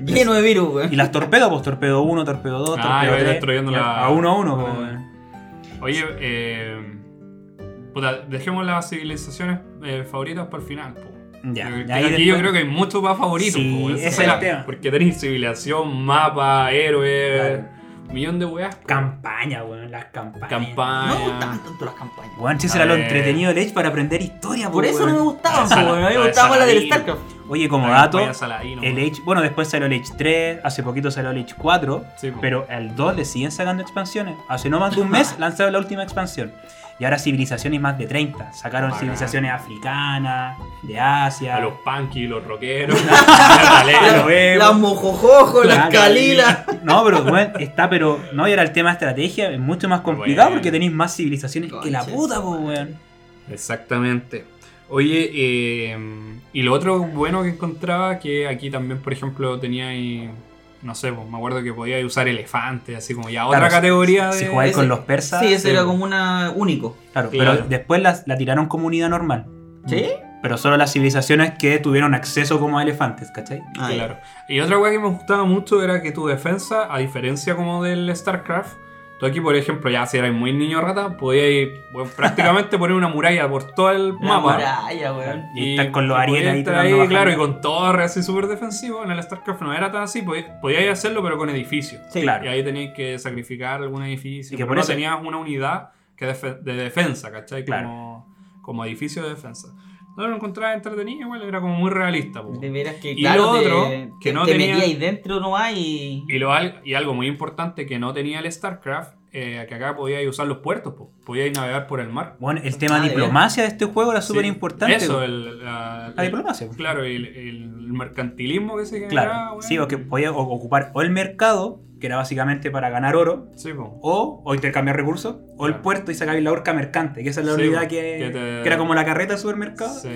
S4: Lleno de virus,
S1: Y
S4: weón.
S1: las torpedos, pues torpedo 1, torpedo 2,
S2: Ah,
S1: torpedo
S2: iba
S1: 3.
S2: destruyendo la-
S1: A 1 a pues, 1,
S2: Ah. Oye, eh, puta, dejemos las civilizaciones eh, favoritas para el final. po.
S1: Ya.
S2: Yo-
S1: y
S2: aquí
S1: ahí
S2: yo
S1: después-
S2: creo que hay muchos más favoritos.
S1: Sí,
S2: po, esa
S1: ese es
S2: weá,
S1: el tema.
S2: Porque tenéis civilización, mapa, héroe,
S1: Claro.
S2: un millón de weas. po.
S1: Campaña, weón, las campañas.
S4: No me
S2: Campaña.
S4: gustaban tanto las campañas.
S1: Weón, si eso
S2: A
S1: era lo
S2: ver.
S1: entretenido del Edge para aprender historia, pues,
S4: Por eso no me gustaban,
S2: Esa-
S4: weón. A mí
S2: la
S4: me
S2: de
S4: gustaba la del
S2: Saladín.
S4: StarCraft.
S1: Oye, como
S2: La
S1: dato,
S2: campaña Saladino,
S1: el
S2: weón.
S1: Edge. Bueno, después salió el Edge 3, hace poquito salió el Edge 4.
S2: Sí, po.
S1: Pero al 2 le siguen sacando expansiones. Hace no más de un
S4: *laughs*
S1: mes lanzaron la última expansión. Y ahora civilizaciones más de 30. Sacaron
S2: Bacán.
S1: civilizaciones africanas, de Asia.
S2: A los punky, los rockeros.
S1: *laughs*
S2: Ah, la
S1: Ya
S2: letra.
S1: lo vemos. Ah,
S4: Las mojojojo, las
S1: Claro.
S4: calilas.
S1: *laughs* No, pero bueno, está, pero. No, y ahora el tema de estrategia es mucho más complicado
S2: Bueno.
S1: porque tenéis más civilizaciones que la
S4: Conches.
S1: puta, pues, weón.
S2: Exactamente. Oye, eh, y lo otro bueno que encontraba, que aquí también, por ejemplo, tenía ahí, no sé, pues, me acuerdo que podía usar elefantes, así como ya otra
S1: Claro, si-
S2: categoría
S1: Si
S2: de...
S1: jugáis con
S4: ese-
S1: los persas. eh,
S4: Sí, eso
S2: sí.
S4: era como una único.
S1: Claro,
S2: Claro.
S1: pero después las- la tiraron como unidad normal.
S4: ¿Sí?
S1: Pero solo las civilizaciones que tuvieron acceso como a elefantes, ¿cachai?
S4: Ay.
S2: Claro. Y otra cosa que me gustaba mucho era que tu defensa, a diferencia como del StarCraft, tú aquí, por ejemplo, ya si eras muy niño rata, podías ir,
S1: *laughs*
S2: bueno, prácticamente poner una muralla por todo el
S4: Una
S2: mapa.
S4: muralla, weón.
S1: Y estar con los
S2: podía
S1: Ariel ahí
S2: estar
S1: tratando de
S2: claro, y
S1: bajar.
S2: con torres así súper defensivo. En el StarCraft no era tan así, podía- podíais hacerlo, pero con edificios.
S4: Sí.
S1: Claro.
S2: Y ahí teníais que sacrificar algún edificio.
S1: Y que
S2: pero
S1: por
S2: no
S1: eso-
S2: tenías una unidad que defe- de defensa, ¿cachai?
S1: Claro.
S2: Como, como edificio de defensa. No lo encontraba entretenido, igual era como muy realista. po.
S4: De veras que,
S2: Y
S4: claro,
S2: lo otro,
S4: te,
S2: que
S4: te-
S2: no
S4: te
S2: tenía-
S4: metías ahí dentro nomás y...
S2: Y, lo, al- y algo muy importante que no tenía el StarCraft, eh, que acá podíais usar los puertos, po. podíais navegar por el mar.
S1: Bueno, el tema
S4: Ah, de
S1: diplomacia de este juego era súper
S2: Sí.
S1: importante. Ah,
S2: Eso,
S1: weón.
S2: el, la,
S1: La diplomacia. weón.
S2: Claro, el, el mercantilismo que se generaba.
S1: Claro,
S2: weón.
S1: sí, porque podía o- ocupar o el mercado, que era básicamente para ganar oro,
S2: Sí, po.
S1: o, o intercambiar recursos, o el
S2: Claro.
S1: puerto y sacar la horca mercante, que esa es la
S2: Sí,
S1: unidad
S2: po,
S1: que,
S2: que te-
S1: que era como la carreta del supermercado.
S2: Sí.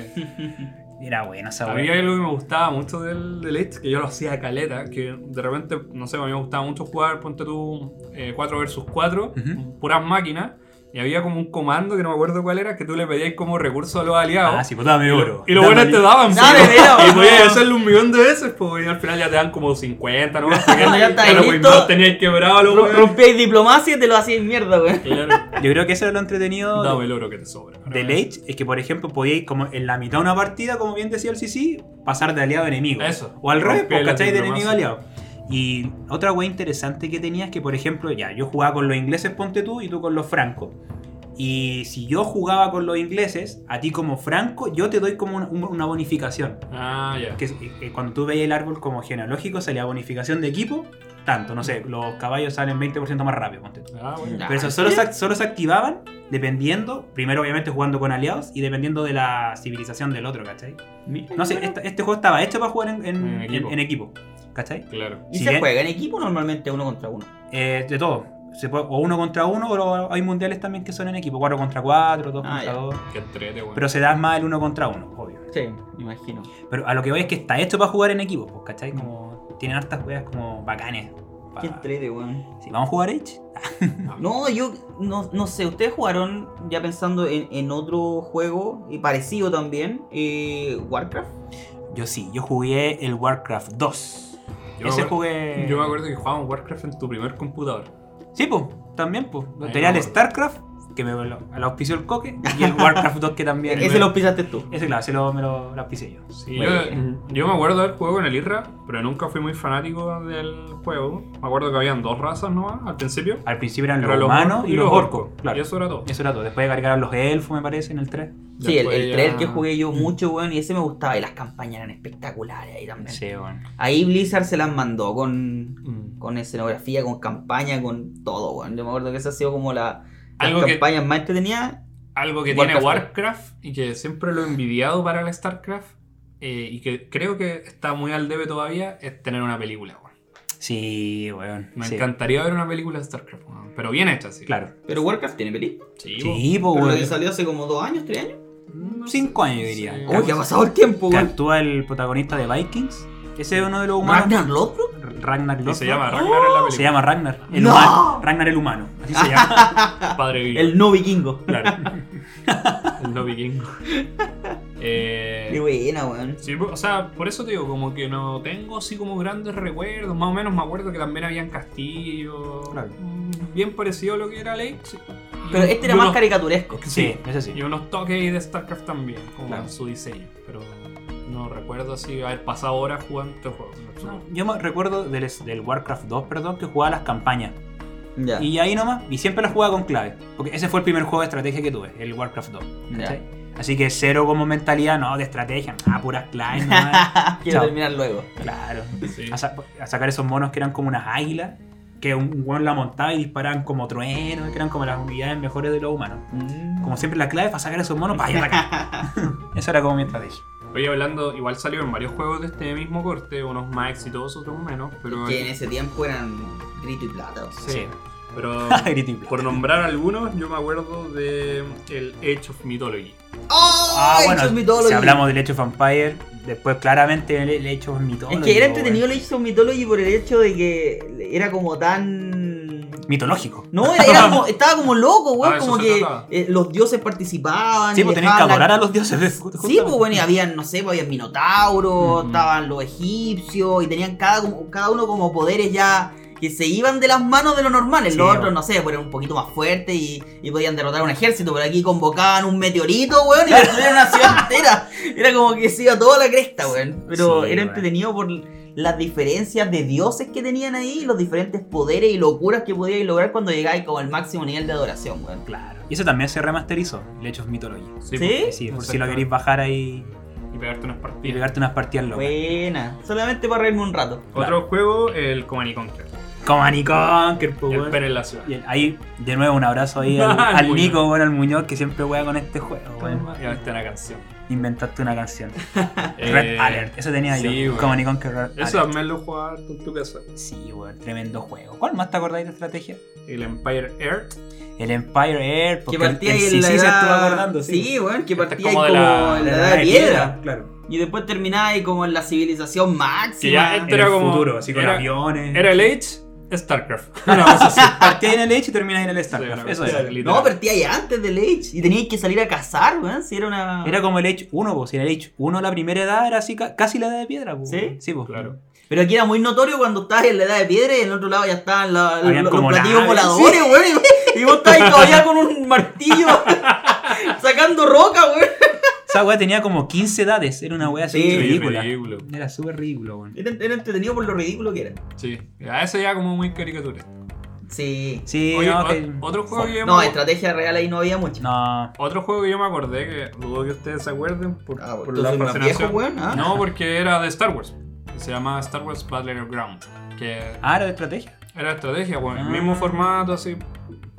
S1: Era buena esa
S2: Había
S1: weá.
S2: algo que me gustaba mucho del, del Edge, que yo lo hacía a caleta, que de repente, no sé, a mí me gustaba mucho jugar, ponte tú, eh, 4 versus 4,
S1: Ujú.
S2: puras máquinas, y había como un comando que no me acuerdo cuál era, que tú le pedías como recursos a los aliados.
S1: Ah, sí, pues dame
S2: Y
S1: oro.
S2: lo, y lo bueno es
S1: Dame-
S2: te daban,
S4: No,
S2: pues,
S4: de veras,
S2: y podías
S4: no.
S2: hacerle un millón de veces, pues, y al final ya te dan como 50,
S4: *laughs*
S2: ¿no? Porque
S4: Cuando ya estáis
S2: claro, pues,
S4: listo,
S2: no tenías quebrado, lo
S4: Ro- Rompíais diplomacia y te lo hacías mierda, weón.
S2: Claro,
S1: Yo creo que eso era lo entretenido de-
S2: dame el oro que te sobra.
S1: del Age, es que por ejemplo podíais como en la mitad de una partida, como bien decía el CC, pasar de aliado a enemigo.
S2: Eso.
S1: O al revés,
S2: Romper
S1: pues,
S2: la
S1: ¿cachai? De enemigo a
S2: diplomacia.
S1: aliado. Y otra wea interesante que tenía es que, por ejemplo, ya, yo jugaba con los ingleses, ponte tú, y tú con los francos. Y si yo jugaba con los ingleses, a ti como franco, yo te doy como un- un- una bonificación.
S2: Ah, ya.
S1: Que es- que cuando tú veías el árbol como genealógico, salía bonificación de equipo, tanto, no sé, los caballos salen 20% más rápido, ponte tú.
S2: Ah, bueno.
S4: Ya.
S1: Pero eso solo, se, ac- solo se activaban dependiendo, primero obviamente jugando con aliados y dependiendo de la civilización del otro, ¿cachai? No sé, esta- este juego estaba hecho para jugar en, en-
S2: En equipo.
S1: en- en equipo, ¿cachai?
S2: Claro.
S4: ¿Y
S1: Si
S4: se
S1: bien-
S4: juega en equipo normalmente uno contra uno?
S1: Eh, de todo. Se puede- o uno contra uno, o hay mundiales también que son en equipo, 4 contra 4, 2
S4: Ah,
S1: contra
S4: ya.
S1: 2.
S2: Que entrete, weón.
S1: Pero se da más el uno contra uno, obvio.
S4: Sí, me imagino.
S1: Pero a lo que voy es que está hecho para jugar en equipo, pues, ¿cachai? Como tienen hartas juegas como bacanes. pa-
S4: Qué entrete, weón.
S1: Sí, ¿Vamos a jugar Edge?
S4: No, yo no, no sé, ustedes jugaron ya pensando en, en otro juego y parecido también, eh, Warcraft.
S1: Yo sí, yo jugué el Warcraft 2.
S2: Yo
S1: Ese
S2: me acuer-
S1: jugué...
S2: Eh, Yo me acuerdo que jugábamos Warcraft en tu primer computador.
S1: Sí, pues, también, pues.
S2: Ahí
S1: Tenía
S2: me
S1: el
S2: acuerdo.
S1: StarCraft que me lo, lo auspició el Coque, y
S2: *laughs*
S1: el Warcraft 2 que también.
S4: Ese lo pisaste tú.
S1: Ese, claro, ese lo, me lo, lo auspicié yo.
S2: Sí, yo, yo me acuerdo del juego en el IRRA, pero nunca fui muy fanático del juego. Me acuerdo que habían dos razas nomás al principio.
S1: Al principio eran
S2: Eran
S1: los humanos y los orcos. Claro.
S2: Y eso era todo.
S1: Eso era todo. Después cargaron los elfos, me parece, en el 3.
S4: Sí, el,
S2: Después
S4: el
S2: ya-
S4: 3 que jugué yo mucho, weón, y ese me gustaba. Y las campañas eran espectaculares ahí también.
S1: Sí, bueno.
S4: Ahí Blizzard se las mandó con,
S2: Mm.
S4: con escenografía, con campaña, con todo, weón. Yo me acuerdo que esa ha sido como la, las
S2: Algo que-
S4: campañas más entretenidas.
S2: Algo que
S4: Warcraft.
S2: tiene Warcraft y que siempre lo he envidiado para el StarCraft eh, y que creo que está muy al debe todavía es tener una película. weón.
S1: Sí, weón.
S2: Me
S1: sí.
S2: encantaría ver una película de StarCraft, weón, pero bien hecha, sí.
S1: Claro.
S4: Pero Warcraft tiene película.
S2: Sí, weón.
S1: Sí, po,
S4: Pero la
S1: Oh, weón.
S4: que salió hace como dos años, tres años.
S2: No
S1: Cinco
S2: sé,
S1: años,
S2: no
S1: diría.
S2: sé.
S1: Uy,
S4: Uy, que ha pasado el tiempo,
S1: Que
S4: weón.
S1: actúa el protagonista de Vikings. Ese es uno de los humanos.
S4: Ragnar Lothbrok.
S1: Ragnar.
S2: Y
S1: Lothbrok.
S2: se llama Ragnar Ah. en la película.
S1: Se llama Ragnar. El
S4: ¡No!
S1: humano. Ragnar el humano. Así se
S2: *laughs*
S1: llama.
S2: Padre Vivo.
S4: El no vikingo.
S2: Claro. el no vikingo. Eh,
S4: Qué buena, weón.
S2: Sí, po- o sea, por eso te digo, como que no tengo así como grandes recuerdos. Más o menos me acuerdo que también habían castillos.
S1: Claro.
S2: Mm, Bien parecido a lo que era Lake. sí. Y
S4: Pero
S2: un-
S4: este era
S2: y
S4: más
S2: unos-
S4: caricaturesco.
S1: Sí, ese sí.
S2: Y unos toques ahí de StarCraft también, como
S1: Claro.
S2: en su diseño. Pero no recuerdo así haber pasado horas jugando este juego. en
S1: No,
S2: absoluto.
S1: Yo me recuerdo del, del Warcraft 2, perdón, que jugaba las campañas.
S4: Ya.
S1: Y ahí nomás, y siempre las jugaba con clave. Porque ese fue el primer juego de estrategia que tuve, el Warcraft 2. ¿cachai? Así que cero como mentalidad, no, de estrategia, ah, puras claves
S4: *laughs*
S1: nomás.
S4: *laughs* Quiero
S1: Chao.
S4: terminar luego.
S1: claro.
S2: Sí.
S1: A, sa- a sacar esos monos que eran como unas águilas, que un weón la montaba y disparaban como truenos, que eran como las unidades mejores de los humanos. *laughs* Como siempre la clave para sacar esos monos, vaya
S4: *laughs*
S1: atacar. Esa era como mi estrategia. *laughs*
S2: Oye, hablando, igual salieron varios juegos de este mismo corte, unos más exitosos, otros menos. Pero,
S4: Que en ese tiempo eran grito y plata. o sea.
S2: Sí. Pero
S1: Grito y plata.
S2: por nombrar algunos, yo me acuerdo de el Age of Mythology.
S4: ¡Oh!
S1: Ah, bueno,
S4: Age of Mythology.
S1: si hablamos del Age of Empire, después claramente el, el Age of Mythology.
S4: Es que era
S1: weón.
S4: entretenido el Age of Mythology por el hecho de que era como tan.
S1: Mitológico.
S4: No, era, era como, estaba como loco, weón.
S2: Ah, eso
S4: como
S2: se
S4: que
S2: trataba.
S4: eh, los dioses participaban.
S1: Sí,
S4: y
S1: pues tenías que
S4: dejaban Ah, la-
S1: adorar a los dioses.
S4: Sí,
S1: justamente.
S4: pues bueno, y habían, no sé, pues habían minotauros,
S2: Ujú.
S4: estaban los egipcios, y tenían cada, como- cada uno como poderes ya que se iban de las manos de los normales.
S1: Sí,
S4: los
S1: bueno.
S4: otros, no sé, pues eran un poquito más fuertes y, y podían derrotar a un ejército, pero aquí convocaban un meteorito, weón, y destruían una ciudad entera. Era como que se iba toda la cresta, weón. Pero
S1: Sí,
S4: era
S1: weón.
S4: entretenido por las diferencias de dioses que tenían ahí, los diferentes poderes y locuras que podíais lograr cuando llegabais como al máximo nivel de adoración, weón.
S1: Claro. Y eso también se remasterizó, el Age of Mythology.
S2: Sí.
S4: ¿Sí?
S2: pues,
S1: Sí, por
S2: exacto.
S1: si lo queréis bajar ahí
S2: Y pegarte unas
S1: y
S2: partidas.
S1: pegarte unas partidas locas.
S4: Buena, solamente para reírme un rato.
S1: Claro.
S2: Otro juego, el Command and Conquer.
S1: Como a Conker, pues,
S2: El
S1: weón.
S2: Pérez en la ciudad.
S1: Y el- ahí, de nuevo, un abrazo ahí al,
S2: *laughs* Al
S1: al
S2: Muñoz.
S1: Nico, bueno, al Muñoz, que siempre juega con este juego, weón.
S2: Y esta una canción.
S1: Inventaste una canción.
S2: Eh,
S1: Ah, Red Alert, eso tenía
S2: sí,
S1: yo.
S2: weón.
S1: Como Nikon que Red
S2: Eso
S1: Alert.
S2: también lo jugaba tú en tu casa.
S1: Sí, weón, tremendo juego. ¿Cuál más te acordáis de estrategia?
S2: El Empire Earth.
S1: El Empire Air,
S4: Que
S1: porque el,
S4: partía
S1: el
S4: ahí en
S1: sí,
S4: la
S1: sí, se
S4: edad...
S1: estuvo acordando, sí.
S4: Sí, weón, que
S2: Este es
S4: partía ahí
S2: como
S4: como
S2: de la-
S4: en la edad de piedra.
S1: Claro.
S4: Y después terminaba ahí como en la civilización
S2: Que ya
S4: máxima.
S2: Esto
S1: Era
S2: era
S1: el
S2: como-
S1: futuro, así con
S2: era-
S1: aviones.
S2: Era el Age StarCraft.
S1: Una cosa
S2: *laughs*
S1: así. Partía en el Edge y termina en el
S2: Sí,
S1: StarCraft.
S2: una
S1: Eso
S2: cosa
S1: era.
S2: así.
S4: No, partía ahí antes del Age. Y teníais que salir a cazar, weón. Si era una.
S1: Era como el Edge 1, pues. Si era el Edge 1, la primera edad era así, ca- casi la edad de piedra, pues.
S4: ¿Sí?
S1: Sí, pues.
S2: Claro.
S4: Pero aquí era muy notorio cuando estabas en la edad de piedra y en el otro lado ya estaban la-
S1: Habían
S4: los,
S1: como
S4: los platillos
S1: naves.
S4: voladores, weón. Y, y vos estabas ahí todavía con un martillo sacando roca, weón.
S1: Esa weá tenía como 15 edades. Era una weá así
S4: Sí,
S1: ridícula.
S2: Ridículo.
S1: Era súper ridículo, weón.
S4: Era, era entretenido por lo ridículo que era.
S2: Sí. A eso ya como muy caricatura.
S4: Sí.
S1: Sí,
S2: Oye,
S1: no,
S2: o-
S1: que-
S2: otro juego que yo
S4: No,
S2: me-
S4: estrategia real ahí no había mucha.
S1: No.
S2: Otro juego que yo me acordé, que dudo que ustedes se acuerden por,
S4: Ah,
S2: por
S4: tú
S2: la
S4: soy más
S2: fascinación.
S4: viejo, weón. ah.
S2: No, porque era de Star Wars. que Se llama Star Wars Battleground. Que
S1: Ah, era de estrategia.
S2: era estrategia, bueno, el
S1: Ah.
S2: mismo formato, así.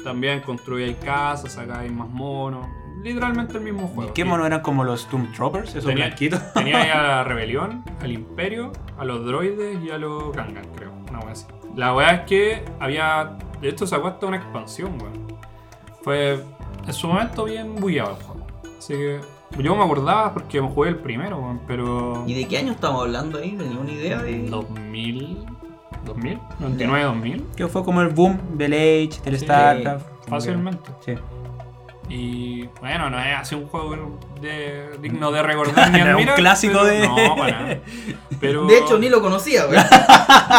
S2: También construíais casas, sacáis más monos. Literalmente el mismo juego.
S1: ¿Y qué mono eran como los Stormtroopers? Esos
S2: Tenía-
S1: blanquitos. *laughs*
S2: Tenía ahí a la rebelión, al imperio, a los droides y a los Gangan, creo. Una wea así. La wea es que había. De hecho, sacó hasta una expansión, weón. Fue en su momento bien bullado el juego. Así que. Yo me acordaba porque jugué el primero, weón, pero.
S4: ¿Y de qué año estamos hablando ahí? ¿Tenía una idea de.?
S2: 2000. 2000, 99, 2000,
S1: Que fue como el boom del Edge, del StarCraft.
S2: fácilmente.
S1: Sí.
S2: Y bueno, no es así un juego de, digno
S1: *laughs*
S2: de recordar ni
S1: Era un
S2: admirar.
S1: clásico
S2: pero-
S1: de-
S2: No, para
S1: *laughs*
S2: nada. Pero-
S4: De hecho, ni lo conocía, güey.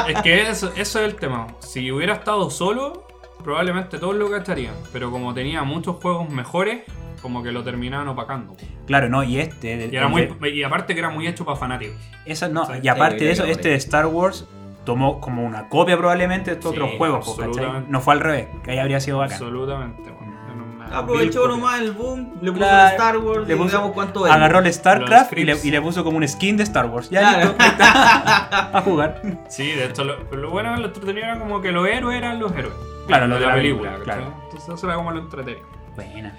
S2: Es que eso, eso es el tema. Si hubiera estado solo, probablemente todos lo cacharían, pero como tenía muchos juegos mejores, como que lo terminaban opacando.
S1: Claro, no, y este.
S2: Y, era muy, y aparte que era muy hecho para fanáticos.
S1: Esa no,
S2: Sí.
S1: y aparte
S6: Sí,
S1: de eso,
S6: creo que
S1: este de Star Wars tomó como una copia probablemente de estos
S2: Sí,
S1: otros juegos, po, ¿cachai?
S2: absolutamente.
S1: No fue al revés, que ahí habría sido bacán.
S2: Absolutamente, bueno, era una
S4: Aprovechó
S2: vil copia.
S4: nomás el boom, le puso
S1: Claro,
S4: el Star Wars,
S1: le
S4: le
S1: puso-
S4: digamos cuánto es.
S1: Agarró el StarCraft y le,
S2: scripts.
S1: y le puso como un skin de Star Wars. Ya
S4: Claro.
S1: listo, *laughs* ahí está. a jugar.
S2: Sí, de hecho, lo, lo bueno de lo entretenido era como que los héroes eran los héroes.
S1: Claro, los
S2: de la película,
S1: claro.
S2: ¿cachai? Entonces eso era como lo entretenido.
S1: Buena.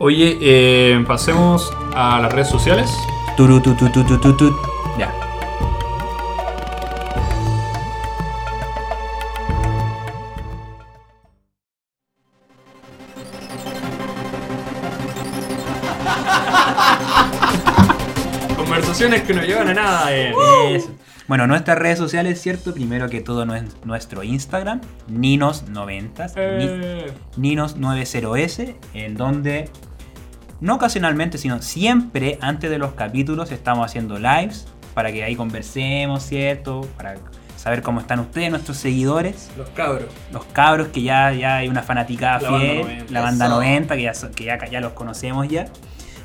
S2: Oye, eh, pasemos a las redes sociales.
S1: Turu, tu, tu, tu, tu, tu, tu. Ya.
S2: Conversaciones que no llevan a nada. eh.
S1: Eso. Bueno, nuestras redes sociales, cierto, primero que todo no es nuestro Instagram, Ninos90,
S2: Eh,
S1: Ninos90S, en donde no ocasionalmente, sino siempre antes de los capítulos estamos haciendo lives para que ahí conversemos, ¿cierto? Para saber cómo están ustedes, nuestros seguidores,
S2: los cabros.
S1: los cabros que ya, ya hay una fanaticada
S2: La banda
S1: fiel,
S2: 90.
S1: la banda
S4: Eso.
S1: 90, que, ya, son- que ya, ya los conocemos ya.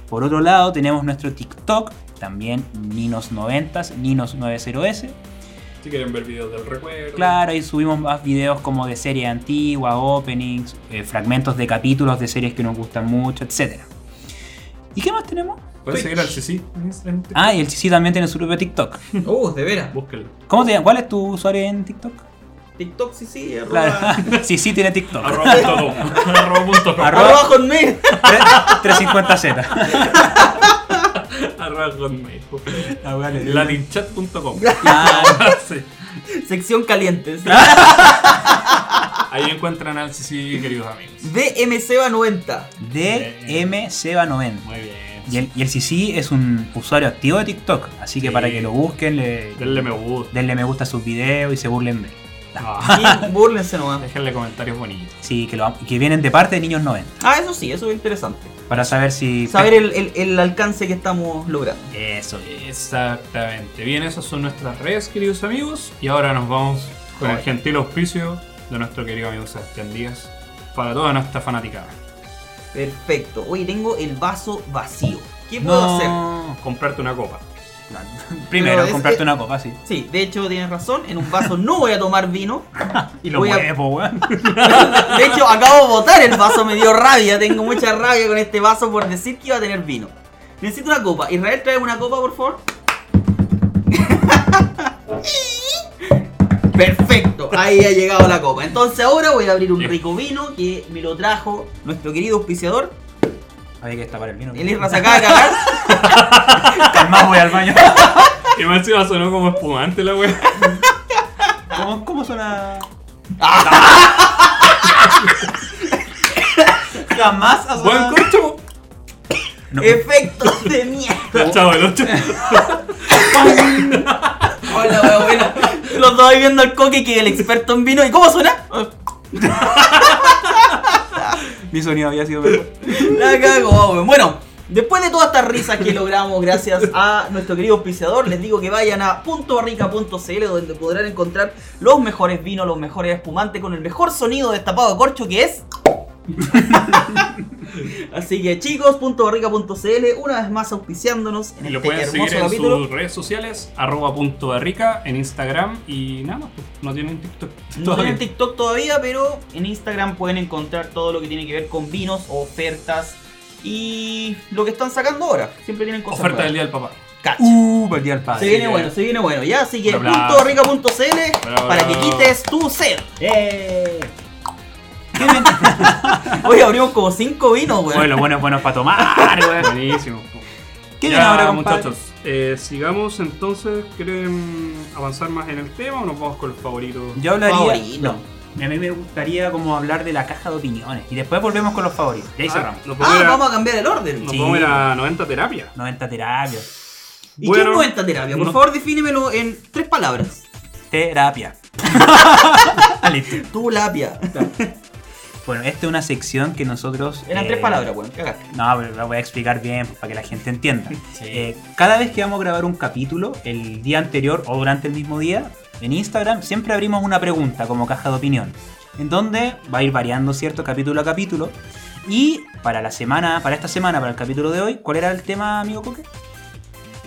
S1: Por otro lado, tenemos nuestro TikTok, también Ninos90, Ninos90S,
S2: Si quieren ver videos del recuerdo.
S1: Claro, ahí subimos más videos como de series antiguas, openings, eh, fragmentos de capítulos de series que nos gustan mucho, etc. ¿Y qué más tenemos?
S2: Pueden seguir al CC. en Instagram.
S1: Ah, y el Chichi también tiene su propio TikTok.
S4: *laughs* Oh, de veras.
S2: Búsquenlo.
S1: ¿Cómo te llamas? ¿Cuál es tu usuario en TikTok?
S4: TikTok sí sí, arroba.
S1: Claro, *laughs* Chichi tiene TikTok.
S2: Arroba punto com. *laughs* Arroba punto com.
S1: Arroba-
S4: Arroba
S1: *laughs*
S4: conmigo.
S1: Tre- 350Z.
S2: Arroba hotmail.
S1: Ah, vale.
S2: *laughs* Latinchat.com.
S1: Ah,
S2: Sí.
S4: Sección caliente. sí.
S2: Ahí encuentran al CC, queridos amigos.
S4: DMC
S1: *laughs*
S4: va 90.
S1: DMSEBA90.
S2: Muy bien.
S1: Y el, y el Sisi es un usuario activo de TikTok, así que
S2: Sí.
S1: para que lo busquen, le-
S2: Denle me gusta.
S1: denle me gusta a sus videos y se burlen de él.
S2: Ah,
S4: Y búrlense nomás.
S2: déjenle comentarios bonitos.
S1: Sí, que, lo am- que vienen de parte de niños 90.
S4: Ah, eso sí, eso es interesante.
S1: Para saber si.
S4: Saber el, el- el alcance que estamos logrando.
S1: Eso.
S2: Exactamente. Bien, esas son nuestras redes, queridos amigos. Y ahora nos vamos con el gentil auspicio de nuestro querido amigo Sebastián Díaz para toda nuestra fanaticada.
S4: Perfecto. Oye, tengo el vaso vacío. ¿Qué puedo hacer?
S2: Comprarte una copa. *laughs*
S1: No.
S4: Pero
S1: Primero,
S4: es
S1: comprarte
S4: que-
S1: una copa, sí.
S4: Sí, de hecho tienes razón. En un vaso no voy a tomar vino.
S1: *laughs* Y lo
S4: Voy a-
S1: mueve, po,
S4: *laughs*
S1: weón.
S4: De hecho, acabo de botar el vaso, me dio rabia. Tengo mucha rabia con este vaso por decir que iba a tener vino. Necesito una copa. Israel, trae una copa, por favor. *laughs* Perfecto, ahí ha llegado la copa. Entonces ahora voy a abrir un rico vino que me lo trajo nuestro querido auspiciador.
S1: Había que destapar el vino. *laughs*
S4: El Isra se acaba de cagar.
S1: Calmado, voy al
S4: *laughs*
S1: baño.
S2: Y más encima sonó como espumante la wea.
S1: ¿Cómo, cómo
S4: *laughs*
S1: suena? Jamás ha
S4: Ah.
S2: Buen
S1: sonado.
S4: Oh.
S2: corcho.
S1: No,
S4: Efecto de
S2: *laughs*
S4: mierda.
S2: Chavo el
S4: *laughs*
S2: ocho.
S4: Hola, wea, buena. Los dos ahí viendo el coque que el experto en vino. ¿Y cómo suena?
S1: mi sonido había sido mejor.
S4: La cagó, weón. Bueno, después de todas estas risas que logramos gracias a nuestro querido auspiciador, les digo que vayan a puntobarrica.cl donde podrán encontrar los mejores vinos, los mejores espumantes con el mejor sonido destapado de corcho que
S2: *laughs*
S4: es. Así que chicos, puntobarrica.cl una vez más auspiciándonos en
S2: Y lo
S4: este
S2: pueden seguir
S4: hermoso
S2: en
S4: capítulo.
S2: sus redes sociales, arroba punto barrica, en Instagram y nada más, pues, no tienen TikTok.
S4: No
S2: todavía.
S4: en TikTok todavía, pero en Instagram pueden encontrar todo lo que tiene que ver con vinos, ofertas y lo que están sacando ahora. Siempre tienen cosas
S2: Oferta del
S4: nuevas.
S2: día del papá.
S4: Cacha.
S1: Uh, perdí al
S4: Se
S1: padre.
S4: viene
S2: que-
S4: bueno, se viene bueno. Ya, así que
S2: Ah, eh. Un aplauso.
S4: puntorica.cl
S2: Bravo,
S4: para que
S2: bravo.
S4: quites tu sed.
S1: Eh.
S4: Hoy abrimos como 5 vinos, weón.
S1: Bueno, bueno, bueno para
S4: Ah,
S1: tomar,
S2: *laughs*
S1: weón.
S2: Buenísimo. pues.
S1: ¿Qué
S2: Ya,
S1: viene ahora, compadre?
S2: muchachos? eh, sigamos entonces, ¿quieren avanzar más en el tema o nos vamos con el favorito?
S1: Yo hablaría.
S4: Favorito.
S1: No, a mí me gustaría como hablar de la caja de opiniones. Y después volvemos con los favoritos. Y ahí cerramos.
S2: Ah, nos podemos
S4: Ah,
S2: ir a-
S4: vamos a cambiar el orden.
S2: nos
S1: Sí.
S2: podemos ir a 90 terapia.
S1: 90 terapias.
S4: ¿Y
S2: Bueno,
S4: qué es 90 terapia? Por
S2: no.
S4: favor, defínemelo en tres palabras. *laughs*
S1: Terapia. *laughs* Listo.
S4: Tu lapia.
S1: Bueno, esta es una sección que nosotros.
S4: Eran
S1: eh,
S4: tres palabras, weón. Cagaste.
S1: No, pero la voy a explicar bien para que la gente entienda. Eh, cada vez que vamos a grabar un capítulo, el día anterior o durante el mismo día, en Instagram siempre abrimos una pregunta como caja de opinión. en donde va a ir variando, ¿cierto? Capítulo a capítulo. Y para la semana, para esta semana, para el capítulo de hoy, ¿cuál era el tema, amigo Coque?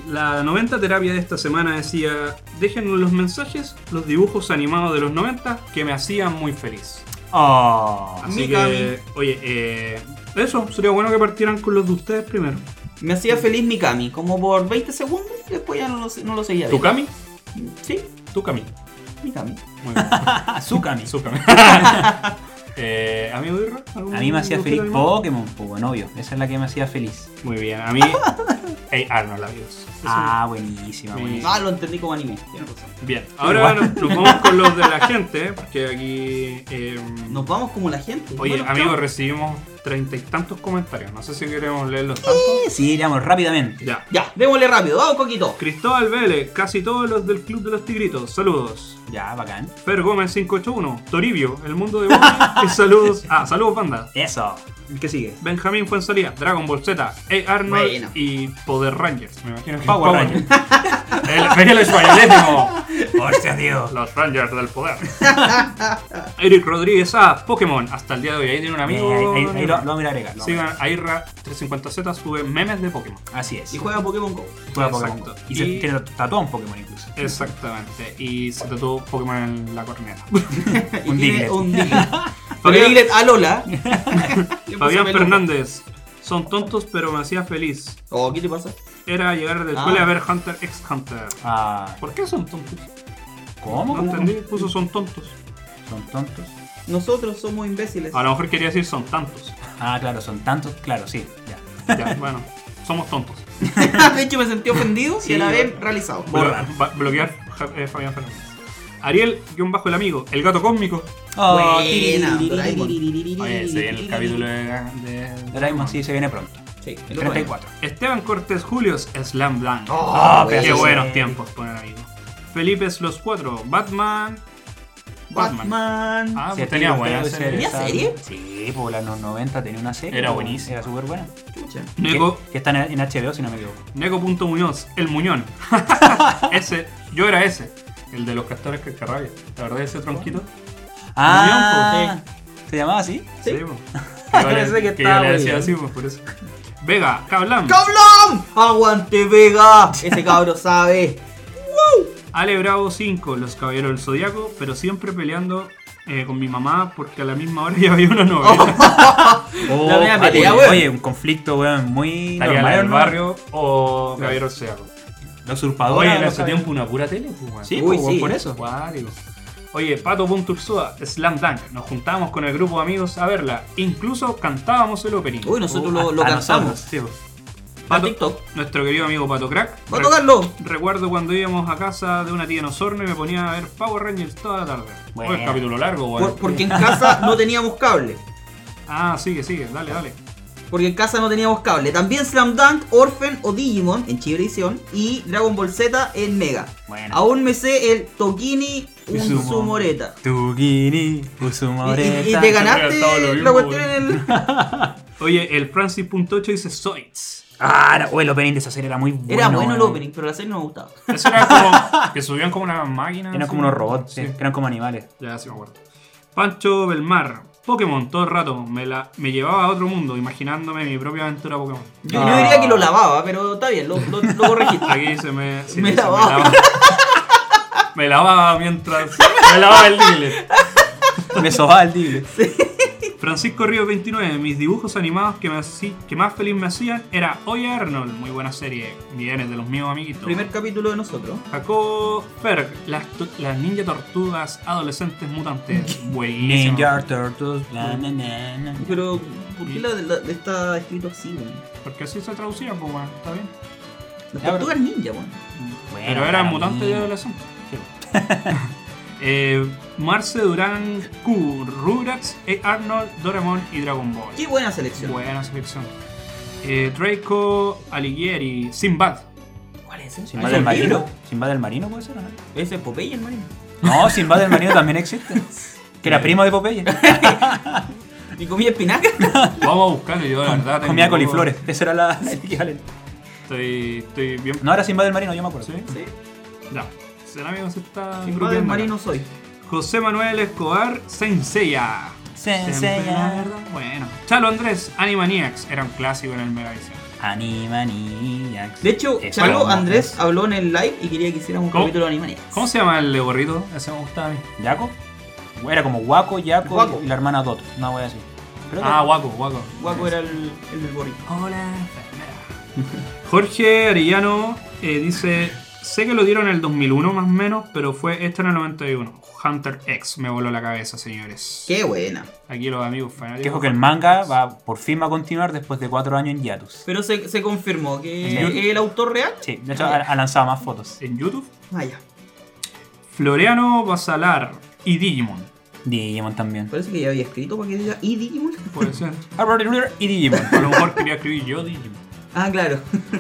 S2: La 90 terapia de esta semana decía, déjenme los mensajes, los dibujos animados de los 90 que me hacían muy feliz.
S1: Oh,
S2: Así
S4: Mikami.
S2: que, oye, eh, eso, sería bueno que partieran con los de ustedes primero.
S4: Me hacía feliz Mikami, como por 20 segundos, y después ya no lo, no lo seguía. viendo.
S2: ¿Tukami?
S4: Sí,
S2: Tukami.
S4: Mikami.
S2: Muy
S1: *laughs*
S2: bien.
S1: Ah, Azúcar.
S2: Tsukami. *laughs* eh, ¿Amigo Irra? ¿Algún
S1: A mí me hacía
S2: dibujito
S1: feliz
S2: animado?
S1: Pokémon, pues, obvio. Esa es la que me hacía feliz.
S2: Muy bien,
S4: *laughs*
S2: a mí. Hey, Arnold, amigos. Eso-
S1: Ah, buenísima,
S2: Sí.
S1: buenísima.
S4: Ah, lo entendí como anime. tienes razón.
S2: Bien, ahora nos, nos vamos con los de la gente, porque aquí. eh,
S4: Nos vamos como la gente.
S2: Oye,
S4: Bueno,
S2: amigos,
S4: chao.
S2: recibimos treinta y tantos comentarios. No sé si queremos leerlos tantos.
S1: Sí, leamos rápidamente.
S2: Ya.
S4: Ya, démosle rápido, vamos, Coquito.
S2: Cristóbal Vélez, casi todos los del Club de los Tigritos. Saludos.
S1: Ya, bacán.
S2: Fer Gómez 581, Toribio, el mundo
S4: *laughs*
S2: de Bobby. y saludos. Ah, saludos, banda.
S1: Eso. ¿Qué sigue?
S2: Benjamín Fuensalía, Dragon Ball Z, A. Arnold
S4: Bueno.
S2: y Poder Rangers. Me imagino que
S1: Power Rangers.
S2: *laughs* el, el, el violetísimo.
S1: Hostia, tío.
S2: Los Rangers
S1: *laughs*
S2: del poder. Eric Rodríguez A, Pokémon. Hasta el día de hoy. Ahí tiene un *laughs* amigo.
S1: Eh, ahí, ahí- ahí lo, lo vamos a ir a agregar. lo vamos a
S2: Sigan a Irra 350Z, sube memes de Pokémon.
S1: agregar. Así es.
S4: Y juega Pokémon Go.
S1: Juega Pokémon
S2: Exacto.
S1: Go. Y, se
S2: Y-
S1: tiene tatuado un Pokémon incluso.
S2: Exactamente. Y se tatuó Pokémon en la corneta.
S4: Y
S1: Un
S4: tiene
S1: Diglett.
S2: *laughs*
S4: Un Diglett. Porque
S2: Fabián-
S4: Diglett a
S2: *laughs*
S4: Lola. Le puso
S2: Fabián
S4: peluca.
S2: Fernández. Son tontos, pero me hacía feliz.
S4: Oh, ¿qué te pasa?
S2: Era llegar de la
S4: Ah.
S2: escuela a ver Hunter x Hunter.
S1: Ah,
S2: ¿Por qué son tontos?
S1: ¿Cómo?
S2: No
S1: ¿Cómo?
S2: entendí. Puso son tontos.
S1: Son tontos.
S4: Nosotros somos imbéciles.
S2: A lo mejor quería decir son tantos.
S1: Ah, claro, son tantos. Claro, sí. Ya. *laughs*
S2: Ya, bueno. Somos tontos.
S4: *laughs* de hecho, me sentí ofendido y
S2: Sí,
S4: a la vez
S2: bueno.
S4: realizado.
S1: Borrar.
S2: Blo- ba- bloquear Ja- eh, Fabián Fernández. Ariel, guión bajo el amigo, el gato cósmico.
S1: Oh,
S4: Buena,
S1: tiri-
S4: Doraemon.
S2: Oye, se viene el capítulo de. de-
S1: Doraemon sí se viene pronto.
S4: Sí,
S1: El 34.
S2: Esteban Cortés Julios, Slam Dunk.
S4: Oh,
S2: qué
S4: buenísimo.
S2: buenos tiempos, ponen amigo. Felipe es los cuatro, Batman. Batman.
S4: Batman.
S2: Ah,
S1: Sí,
S2: pues tenía
S1: tío,
S2: buena
S1: debe ser
S2: serie.
S4: ¿Tenía
S1: esa-
S4: serie?
S1: Sí, por los 90 tenía una serie.
S2: Era
S1: pues,
S2: buenísima.
S1: Era súper buena.
S4: Chucha.
S2: Neko,
S1: Que, que está en, en HBO, si no me equivoco.
S2: Neko.muñoz, el *laughs* muñón. ese, yo era ese, el de los castores que carrabia. ¿Te acordás de ese tronquito?
S1: Ah, ¿se llamaba así?
S4: Sí.
S2: *laughs* po. Que yo le-
S1: Pensé que
S2: que yo
S1: estaba
S2: le
S1: muy
S2: decía
S1: bien.
S2: así, pues, por eso. Vega, Kablam.
S4: ¡Cablón! ¡Aguante, Vega! Ese cabro sabe.
S2: Ale Bravo 5, Los Caballeros del Zodiaco, pero siempre peleando eh, con mi mamá porque a la misma hora *laughs* ya había una novela.
S1: Oh,
S4: La
S1: oye,
S4: mea pelea,
S1: oye,
S4: weón.
S1: un conflicto, weón, muy
S2: Estaría la
S1: normal,
S2: del
S1: ¿no?
S2: barrio o Caballeros del Zodiaco.
S1: La usurpadora.
S2: Oye, en
S1: ¿no
S2: ese
S1: sabe?
S2: tiempo una pura tele, pues, weón.
S1: Sí,
S4: Uy,
S1: pues,
S4: sí.
S1: por eso.
S2: Acuático. Oye, Pato.Ursua, Slam Dunk. Nos juntábamos con el grupo de amigos a verla. Incluso cantábamos el opening.
S4: Uy, nosotros lo,
S2: Ah,
S1: A-
S4: lo
S1: a
S4: cantamos.
S1: nosotros, sí, pues.
S4: Para
S2: Pato-
S4: TikTok.
S2: nuestro querido amigo Pato Crack.
S4: ¡Va a
S2: Re-
S4: tocarlo!
S2: Recuerdo cuando íbamos a casa de una tía en Osorno y me ponía a ver Power Rangers toda la tarde.
S1: Bueno.
S2: Oye, el capítulo largo, weón.
S4: Por- porque en casa no teníamos cable.
S2: Ah, sigue, sigue. Dale, dale.
S4: Porque en casa no teníamos cable. También Slam Dunk, Orphan o Digimon en Chilevisión y Dragon Ball Z en Mega.
S1: Bueno.
S4: Aún me sé el Tokini
S1: Usumo.
S4: Unsumoreta.
S1: Tugini,
S4: Y,
S1: Usumoreta.
S4: y- y te
S2: Siempre todo lo
S4: ganaste
S2: mismo,
S4: la cuestión
S2: güey.
S4: en el.
S2: Oye, el Francis.8 dice Zoids.
S1: Ah, no, oh, el opening de esa serie era muy bueno.
S4: *laughs*
S1: eh.
S4: Era bueno el
S1: weón.
S4: opening, pero la serie no me gustaba.
S2: Eso era
S1: *laughs*
S2: como. que subían como una máquina.
S1: Eran
S2: así.
S1: como unos robots, sí, que eran como animales.
S2: Ya, sí me acuerdo. Pancho Belmar. Pokémon, todo el rato. Me, la, me llevaba a otro mundo, imaginándome mi propia aventura Pokémon.
S4: Yo,
S1: Ah.
S4: yo diría que lo lavaba, pero está bien, lo, lo, lo corregí.
S2: Aquí se
S1: *laughs*
S2: me. sí,
S4: Me
S2: se
S4: lavaba.
S2: Me lavaba mientras. Me lavaba el Diglett.
S1: Me sobaba el dible.
S2: Francisco Ríos 29. Mis dibujos animados que, me hací- que más feliz me hacían era Oye Arnold. Muy buena serie. Millones de los míos amiguitos.
S4: Primer capítulo de nosotros.
S2: Jacob Ferg. Las, tu- las ninja tortugas adolescentes mutantes. Buenísimo.
S1: *laughs* Ninja Turtles. na, na, na, na.
S4: Pero, ¿por qué la, la- está escrito así, weón?
S2: Porque así se traducía, pues bueno, está bien.
S4: Las
S1: Ya, pero-
S4: tortugas ninja, weón.
S1: Bueno,
S2: Pero eran
S1: para
S2: mutantes
S1: mí.
S2: y adolescentes.
S1: *laughs*
S2: eh, Marce Durán Q, Rugrats, E. Arnold, Doraemon y Dragon Ball.
S4: Qué buena selección.
S2: Buena selección. Eh, Draco Alighieri, Sinbad.
S4: ¿Cuál es ese?
S1: Sinbad
S4: ¿Es
S1: del
S4: el
S1: Marino.
S4: libro?
S1: Sinbad del Marino puede ser, o ¿no?
S4: Ese es Popeye, hermano.
S1: No, Sinbad del Marino también
S4: *laughs*
S1: existe. Que era primo de Popeye.
S4: Y comía espinaca.
S2: Vamos a buscarlo yo, la verdad. tengo-
S1: Comía coliflores. Esa era la *laughs* el equivalente.
S2: Estoy, estoy bien.
S1: No, era Sinbad del Marino, yo me acuerdo.
S2: ¿Sí?
S4: sí.
S2: Ya. El amigo se está
S4: Mi padre
S2: grupeando.
S4: marino soy.
S2: José Manuel Escobar Senseiya. Siempre la verdad. Bueno. Chalo Andrés, Animaniacs era un clásico en el Mega Drive.
S1: Animaniacs.
S4: De hecho,
S1: Es
S4: Chalo
S1: como-
S4: Andrés habló en el live y quería que hiciéramos un
S2: ¿Cómo?
S4: capítulo de Animaniacs.
S2: ¿Cómo se llama el de gorrito? Ese me gustaba a mí.
S1: ¿Yaco? Era como Guaco, Yaco
S4: Guaco.
S1: y la hermana Dot. Una wea así. Creo que-
S2: Ah, guaco, guaco.
S4: Guaco era el, el del gorrito.
S2: Hola, enfermera. *laughs* Jorge Arellano eh, dice: Sé que lo dieron en el 2001 más o menos, pero fue este en el 91. Hunter X me voló la cabeza, señores.
S4: Qué buena.
S2: Aquí los amigos fanáticos.
S1: Quejo que el manga va, por fin va a continuar después de cuatro años en hiatus.
S4: Pero se, se confirmó
S1: Sí.
S4: que es el autor real. Ah,
S1: Sí, de hecho ha, ha lanzado más fotos.
S2: En YouTube,
S4: Vaya,
S2: Floreano Basalar y Digimon.
S1: Digimon también.
S4: parece que ya había escrito para que diga y Digimon.
S1: *laughs*
S2: Puede ser.
S1: Arbor Reader y Digimon.
S2: A lo mejor quería escribir yo Digimon.
S4: Ah, claro.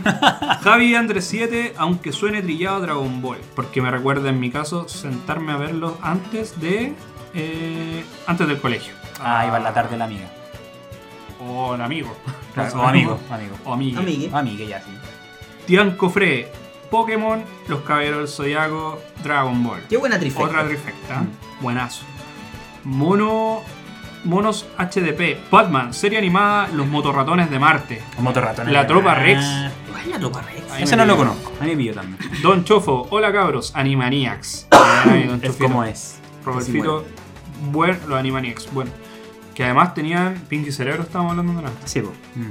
S4: *laughs*
S2: Javi Andrés 7, aunque suene trillado Dragon Ball, porque me recuerda en mi caso sentarme a verlo antes de. eh, antes del colegio.
S1: Ahí va Ah, la tarde la amiga.
S2: O el amigo.
S1: *laughs* O amigo, amigo.
S2: O amigo.
S4: Amigue.
S1: Amiga ya, sí.
S2: Tian Cofre, Pokémon, Los Caballeros del Zodiaco, Dragon Ball.
S4: Qué buena trifecta.
S2: Otra trifecta. ¿eh? Buenazo. Mono. Monos HDP, Batman, serie animada Los Motorratones de Marte.
S1: Un motorratón.
S2: La tropa
S1: Ah,
S2: Rex.
S4: ¿Cuál es la tropa Rex?
S2: Ahí
S1: Ese
S2: me
S1: no lo
S2: pilló.
S1: conozco. A mí me pillo también.
S2: Don Chofo, hola cabros,
S1: *coughs*
S2: Animaniacs. Ay, Don
S1: Es
S2: Chofito.
S1: como es.
S2: Robertito, bueno, los Animaniacs, bueno. Que además tenían Pinky Cerebro, estábamos hablando de
S1: Sí, po. Mm.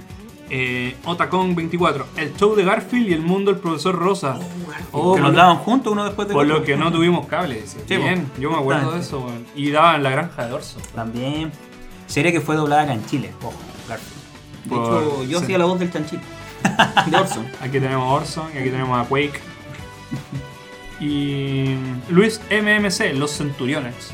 S2: eh, Otacon 24, el show de Garfield y el mundo del profesor Rosa. Oh,
S1: Que
S2: por,
S1: los
S2: lo,
S1: daban juntos uno después de
S2: por lo
S1: otro.
S2: que no tuvimos cable, dice.
S1: Sí,
S2: Bien, yo me acuerdo de
S1: Exactamente.
S2: eso, weón. Y daban la granja de Orso.
S1: También. Serie que fue doblada acá en Chile. Ojo, Garfield.
S4: De hecho,
S2: por-
S4: yo
S2: sí.
S4: hacía la voz del chanchito. De Orson.
S2: *laughs* Aquí tenemos a Orson y aquí tenemos a Quake. Y mm, Luis MMC, los centuriones.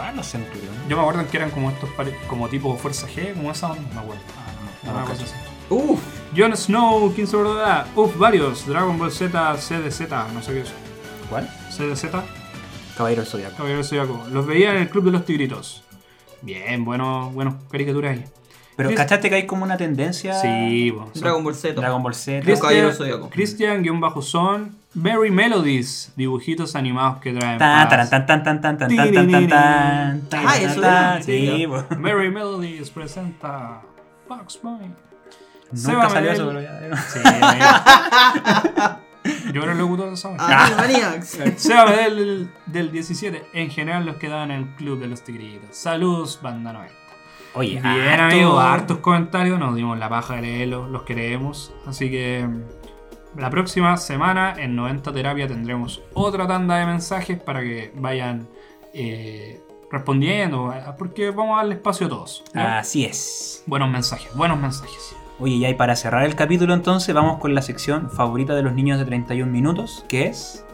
S1: Ah, los centuriones.
S2: Yo me acuerdo que eran como estos pare- como tipo fuerza G, como esa onda, me acuerdo.
S1: Ah, no, no,
S2: Una
S1: no,
S2: cosa así.
S4: Uf,
S2: Jon Snow, 15 verdad. Ah, Uf, varios. Dragon Ball Z, CDZ, no sé qué es.
S1: ¿Cuál?
S2: CDZ,
S1: Caballero del Zodiaco.
S2: Caballero del Zodiaco. Los veía en el Club de los Tigritos. Bien, bueno, bueno, caricaturas ahí.
S1: Pero
S2: Chris-
S1: ¿cachaste que hay como una tendencia?
S2: Sí, bueno. son-
S4: Dragon Ball Z.
S1: Dragon Ball Z.
S4: Chris- Caballero del
S2: Christian,
S4: Zodiaco.
S2: Christian guión bajo son Merry Melodies, dibujitos animados que traen.
S1: Tan,
S2: paz.
S1: taran, tan, tan, tan, tan, tan, tan, tan, tan, tan, tan,
S4: Ah,
S1: tan,
S4: eso
S1: tan.
S4: era.
S1: Sí, po.
S2: Merry Melodies presenta Bugs Bunny. Seba
S1: Nunca salió eso, pero
S2: Medel.
S1: ya.
S2: Sí, me- Yo era el locutor de esa vaina.
S4: Ah,
S2: *laughs*
S4: Animaniacs.
S2: Seba del, del 17. En general los quedaban en el club de los tigritos. Saludos, banda 90.
S1: Oye,
S2: Bien,
S1: harto-
S2: amigos, hartos comentarios. Nos dimos la paja de leerlos, los queremos. Así que mm, la próxima semana en 90 Terapia tendremos otra tanda de mensajes para que vayan eh, respondiendo. eh, Porque vamos a darle espacio a todos.
S4: Ah.
S2: ¿ya?
S1: Así es.
S2: Buenos mensajes, buenos mensajes.
S1: Oye, ya y para cerrar el capítulo entonces, vamos con la sección favorita de los niños de 31 minutos, que es...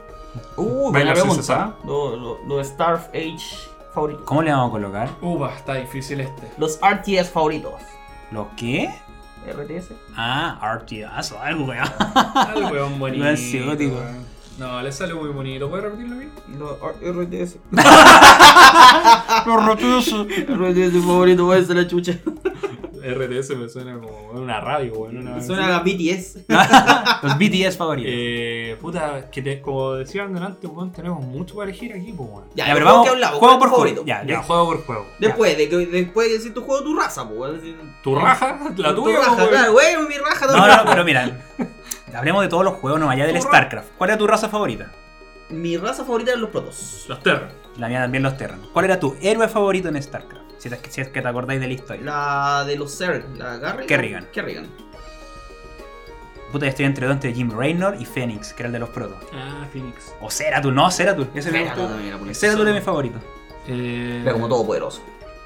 S4: Uh,
S2: Baila
S4: buena pregunta.
S2: César.
S4: Lo, lo, lo de Starf Age favorito.
S1: ¿Cómo le vamos a colocar?
S2: Uva, Uh, está difícil
S4: *laughs*
S2: este.
S4: Los RTS favoritos.
S1: ¿Los qué?
S4: RTS.
S1: Ah, RTS o algo, weón.
S2: Al weón bonito.
S1: No es psicótico.
S2: weón. No, le sale muy bonito. ¿Puedes repetirlo bien?
S4: Los
S1: *laughs*
S4: RTS. RTS favorito, voy a hacer la chucha.
S2: RTS me suena como una radio, weón. una-
S4: Suena a la BTS.
S1: *laughs* Los BTS favoritos.
S2: Eh, puta, es que te- como decían delante, weón, tenemos mucho para elegir aquí, pues, weón.
S4: Ya,
S1: Ya, pero
S4: pero
S1: vamos,
S4: que hablamos,
S1: juego
S4: ¿cuál es
S1: por
S4: tu
S1: juego.
S4: favorito?
S1: Ya,
S2: Ya,
S1: ya.
S2: juego por juego.
S4: Después de, que, después de decir tu juego, tu raza, pues.
S2: ¿Tu raja? ¿La tuya?
S4: Tu
S2: pues,
S4: raja,
S2: weón?
S4: claro, bueno, mi raja
S1: No, no, no, pero mira. Hablemos de todos los juegos, no allá del
S2: Tu ra-
S1: StarCraft. ¿Cuál era tu raza favorita?
S4: Mi raza favorita eran los protos.
S2: Los Terra.
S1: La mía también los Terran. ¿Cuál era tu héroe favorito en StarCraft? Si es que, si es que te acordáis de la historia.
S4: La de los Zerg, la Garrigan.
S1: Kerrigan.
S4: Kerrigan.
S1: Puta, yo estoy entre dos, entre Jim Raynor y Phoenix, que era el de los protos.
S2: Ah, Phoenix.
S1: O Zeratul, no, Zeratul. Ese me
S4: Kerrigan
S1: gustó.
S4: también era bonito.
S1: Zeratul es mi favorito.
S2: Eh,
S4: Era como todopoderoso.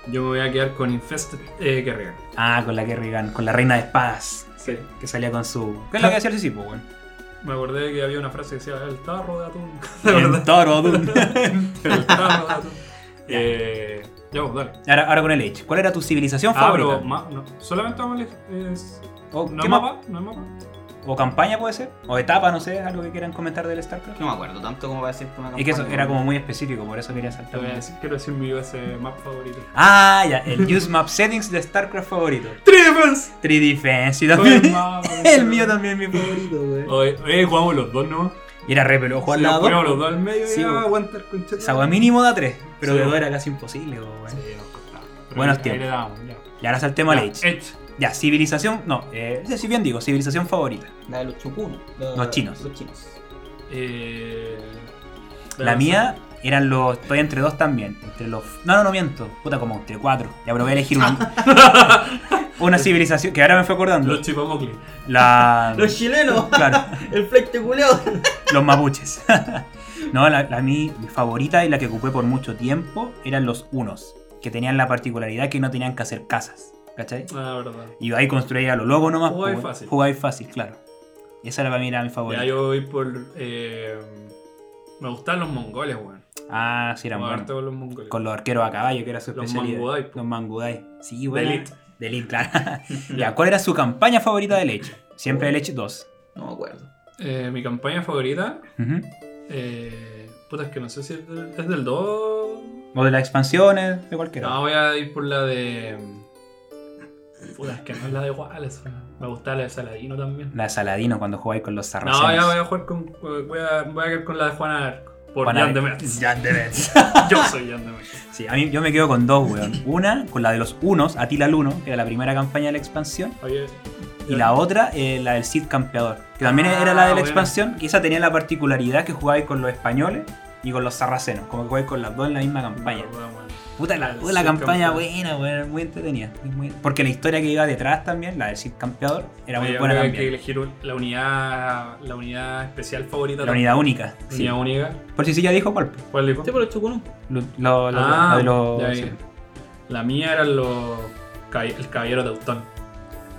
S2: Yo me voy a quedar con Infested eh, Kerrigan.
S1: Ah, con la Kerrigan, con la reina de espadas.
S2: Sí.
S1: Que salía con su. ¿Qué es la que hacía el Sisipo, weón?
S2: *laughs* Me acordé que había una frase que decía: el tarro de atún. *laughs* De
S1: El
S2: verdad.
S1: toro, tú.
S2: el tarro de *laughs* atún. Eh, ya, pues, dale.
S1: *laughs* ahora, ahora con el Edge. ¿Cuál era tu civilización
S2: Ah, pero
S1: favorita?
S2: ma- no. solamente vamos a elegir. es-
S1: ¿O,
S2: ¿No
S1: qué
S2: es
S1: mapa?
S2: mapa? ¿No es mapa?
S1: ¿O campaña puede ser? ¿O etapa, no sé? ¿Algo que quieran comentar del StarCraft?
S4: No me acuerdo tanto como para decirte una
S1: Es que eso
S4: campaña.
S1: era como muy específico, por eso quería
S2: Te
S1: saltar.
S2: voy a decir, quiero decir mi US map favorito.
S1: Ah, ya, el Use Map Settings de StarCraft favorito.
S2: ¡Trifens! Pues,
S1: 3 Defense y también.
S2: mapa,
S1: *laughs* El mío también, mi favorito, güey.
S2: Oye, eh, jugamos los dos nomás.
S1: Y era re peludo jugarla.
S4: La
S1: weón.
S2: Poníamos los dos al medio
S1: Sí,
S2: y
S1: weón.
S2: ah, aguantar con
S1: Esa weá mínimo da 3, pero
S2: Sí,
S1: de 2
S2: weón.
S1: era casi imposible, weón. Buenos
S2: Buenos
S1: tiempos.
S2: tiempos.
S1: Y ahora saltemos al Age. Ya, civilización. No, eh, no sé si bien digo, civilización favorita.
S4: La de los chucunos. la-
S1: Los chinos.
S4: Los chinos.
S2: eh,
S1: La mía eran los. Estoy entre dos también. Entre los. No, no, no miento. Puta, como entre cuatro. Ya, pero voy a elegir una. una civilización. Que ahora me fue acordando.
S2: Los chipamocles.
S1: La.
S4: *laughs* Los chilenos.
S1: Claro,
S4: El fleite culeo.
S1: los mapuches. *laughs* no, la, la mi, mi favorita y la que ocupé por mucho tiempo eran los unos. Que tenían la particularidad que no tenían que hacer casas. ¿Cachai?
S2: Ah, verdad.
S1: Y ahí construía los logos nomás.
S2: Jugáis
S1: pues,
S2: fácil.
S1: Jugáis fácil, claro. Esa era para mí era mi favorita.
S2: Ya yo voy por. eh, me gustan los mongoles, weón.
S1: Ah, sí, eran
S2: Vamos a
S1: buenos.
S2: harto con los mongoles.
S1: Con los arqueros a caballo, que era su
S2: Los
S1: especialidad.
S2: Mangudai, po.
S1: Los Mangudai. Sí,
S2: De
S1: bueno.
S2: Elite.
S1: De Elite,
S2: *laughs*
S1: claro. ya, ¿cuál era su campaña favorita de Leche? Siempre de Leche 2.
S4: No me acuerdo.
S2: Eh, mi campaña favorita.
S1: Ujú.
S2: Eh, puta, es que no sé si es del, es del 2.
S1: O de las expansiones, de cualquiera.
S2: No, voy a ir por la de. Puta, es que no es la de Wallace, weón. Me gustaba la de Saladino también.
S1: La de Saladino cuando jugáis con los sarracenos.
S2: No, ya voy a jugar con. Voy a, voy a quedar con la de Juan Arco. Por
S1: Juan
S2: Jan
S1: Arco.
S2: de
S1: *laughs*
S2: Mertz.
S1: Jan de Metz.
S2: Yo soy Jan de Mertz.
S1: Sí, a mí yo me quedo con dos, weón. Una, con la de los unos, Atila al Uno, que era la primera campaña de la expansión.
S2: Oye.
S1: Y la otra, eh, la del Cid Campeador. Que también
S2: Ah,
S1: era la de la
S2: bueno.
S1: expansión. Que esa tenía la particularidad que jugabais con los españoles y con los sarracenos. Como que jugáis con las dos en la misma campaña. Puta, la,
S2: Al
S1: puta, la
S2: Cid
S1: campaña
S2: Campeador.
S1: buena, weón, muy entretenida. es muy- Porque la historia que iba detrás también, la del Cid Campeador, era muy
S2: Oye, yo
S1: buena
S2: creo que hay que
S1: también.
S2: elegir un- la unidad, la unidad especial favorita.
S1: La unidad única.
S2: también.
S1: Sí.
S2: Unidad única.
S1: Por si sí ya dijo cuál. pues.
S2: ¿Cuál dijo?
S4: Sí, Este por los *laughs* chucunos.
S1: Lo, lo- lo-
S2: Ah,
S1: la de los-
S2: ya vi.
S1: sí. pues.
S2: La mía era los cab- el caballero teutón.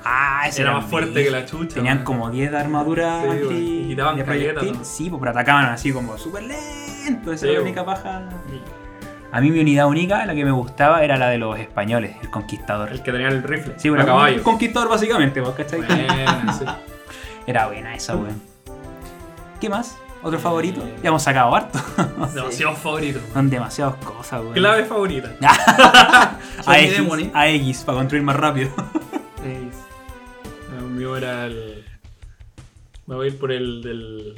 S1: Ah, ese
S2: Era
S1: era
S2: más fuerte
S1: brillo.
S2: que la chucha.
S1: Tenían
S2: man.
S1: como 10 de armadura
S2: Sí,
S1: anti-
S2: weón, y quitaban
S1: de
S2: caleta,
S1: proyectil.
S2: ¿no?
S1: Sí, pues, pero atacaban así como súper lento. Esa era
S2: Sí,
S1: la
S2: weón.
S1: única paja. A mí mi unidad única, la que me gustaba, era la de los españoles, el conquistador.
S2: El que tenía el rifle.
S1: Sí,
S2: a
S1: bueno,
S2: caballo.
S1: un conquistador básicamente, ¿vos cachai?
S2: Bueno,
S1: *laughs*
S2: sí.
S1: Era buena esa, weón. ¿Qué más?
S2: Eh,
S1: ¿Otro favorito? Ya hemos sacado harto. *laughs*
S4: Ah,
S2: Demasiado favorito.
S1: Son demasiadas cosas, weón.
S2: Clave favorita.
S1: AX,
S4: Son mi
S1: AX, para construir más rápido. *laughs*
S2: El mío era el. Me voy a ir por el del.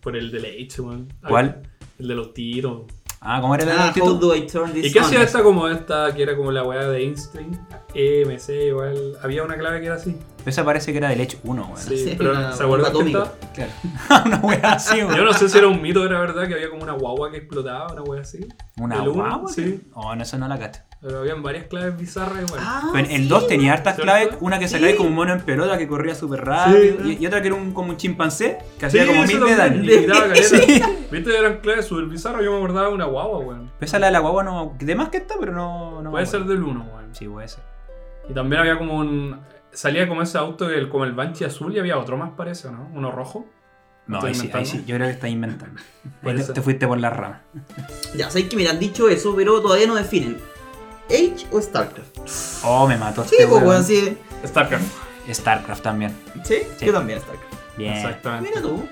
S2: Por el del H, weón. Ah,
S1: ¿Cuál?
S2: El de los tiros.
S1: Ah, ¿cómo era la
S4: Ah, how
S1: actitud?
S4: do I turn this
S2: ¿Y qué hacía
S4: on?
S2: esta como esta que era como la weá de Einstein? EMC, igual. Había una clave que era así.
S1: Esa parece que era del hecho 1, weón. *laughs*
S2: Sí,
S4: sí,
S2: pero
S4: una
S2: ¿se acuerdan
S4: bomba
S2: que
S4: atómica.
S2: estaba?
S1: Claro. una wea así, weón.
S2: Yo no sé si era un mito o era verdad que había como una guagua que explotaba, una weá así.
S1: Una
S2: ¿El uno?
S1: guagua.
S2: Sí.
S1: Oh, no, eso no la cacho.
S2: Pero habían varias claves bizarras igual.
S4: Ah,
S1: Pero en el
S4: sí.
S1: 2 tenía hartas
S2: ¿Cierto?
S1: claves, una que sacaba
S4: Sí.
S1: como un mono en pelota que corría súper rápido
S2: Sí.
S1: y, y otra que era un, como un chimpancé que
S2: Sí,
S1: hacía como
S2: eso
S1: mil de
S2: también,
S1: daño.
S2: y quitaba caleta.
S1: *laughs* Sí.
S2: Viste, eran claves súper bizarras, yo me acordaba de una guagua, weón.
S1: Pero esa la de la guagua no... De más que está, pero no... no me
S2: Puede
S1: acuerdo.
S2: ser del 1, weón.
S1: Sí, puede ser.
S2: Y también había como un... Salía como ese auto que el- como el Banshee azul y había otro más parece, ¿o ¿no? Uno rojo.
S1: No,
S2: ¿Estoy
S1: ahí sí, ahí
S2: inventando?
S1: sí. Yo creo que está inventando.
S2: Puede
S1: Ahí te,
S2: ser.
S1: te fuiste por las ramas.
S4: Ya, sabéis que me han dicho eso, pero todavía no definen. ¿Age o StarCraft?
S1: Oh, me mató
S4: Sí,
S1: este
S4: pues,
S1: weón.
S4: Ah, weón, sí.
S2: StarCraft.
S1: Starcraft también.
S4: sí.
S1: Sí.
S4: Yo también StarCraft.
S1: Bien.
S2: Exactamente.
S4: Mira tú.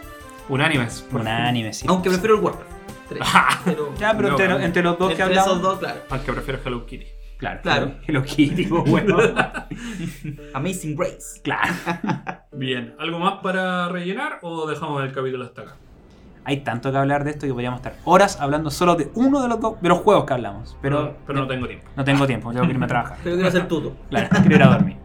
S2: Unánimes. por *laughs*
S1: Un
S2: fin.
S1: anime, sí.
S4: Aunque prefiero el Warcraft. *laughs* Tres. Pero.
S1: Ya, pero
S2: No,
S1: entre,
S2: no.
S1: entre los dos que
S4: entre esos
S1: hablamos.
S4: dos, claro.
S2: Aunque prefiero Hello Kitty.
S1: Claro, *laughs*
S4: Claro.
S1: Hello Kitty, pues, bueno.
S4: Amazing Race.
S1: claro.
S2: Bien. ¿Algo más para rellenar o dejamos el capítulo hasta acá?
S1: Hay tanto que hablar de esto que podríamos estar horas hablando solo de uno de los dos, de los juegos que hablamos. Pero,
S2: pero no tengo tiempo.
S1: no tengo tiempo, tengo que irme a trabajar.
S4: Pero quiero hacer tuto.
S1: Claro, quiero ir a dormir.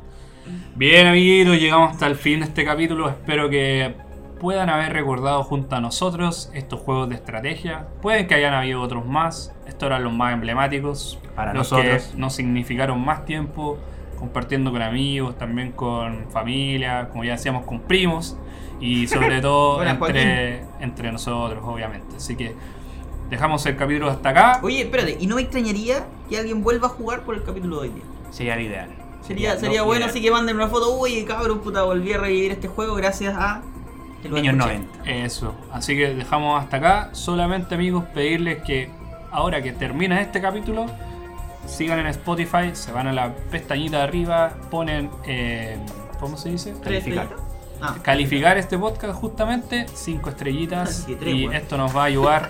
S2: Bien, amiguitos, llegamos hasta el fin de este capítulo. Espero que puedan haber recordado junto a nosotros estos juegos de estrategia. Pueden que hayan habido otros más. Estos eran los más emblemáticos.
S1: Para
S2: los
S1: nosotros.
S2: Que nos significaron más tiempo, compartiendo con amigos, también con familia, como ya decíamos, con primos.
S1: *laughs*
S2: Y sobre todo
S4: Hola,
S2: entre, entre nosotros, obviamente. Así que dejamos el capítulo hasta acá.
S4: Oye, espérate, y no me extrañaría que alguien vuelva a jugar por el capítulo de hoy día.
S1: Sería lo ideal.
S4: Sería,
S1: lo
S4: sería bueno,
S1: ideal.
S4: así que manden una foto. Oye, cabrón, puta, volví a revivir este juego gracias a. que lo
S1: Niños
S4: escuché".
S1: 90.
S2: Eso, así que dejamos hasta acá. Solamente amigos, pedirles que ahora que termina este capítulo, sigan en Spotify, se van a la pestañita de arriba, ponen, eh, ¿cómo se dice?
S4: ¿Tres
S1: Calificar.
S4: estrellitas? Ah,
S2: Calificar este podcast justamente, cinco estrellitas.
S4: Así que tres,
S2: y
S4: weón.
S2: esto nos va a
S4: *laughs*
S2: ayudar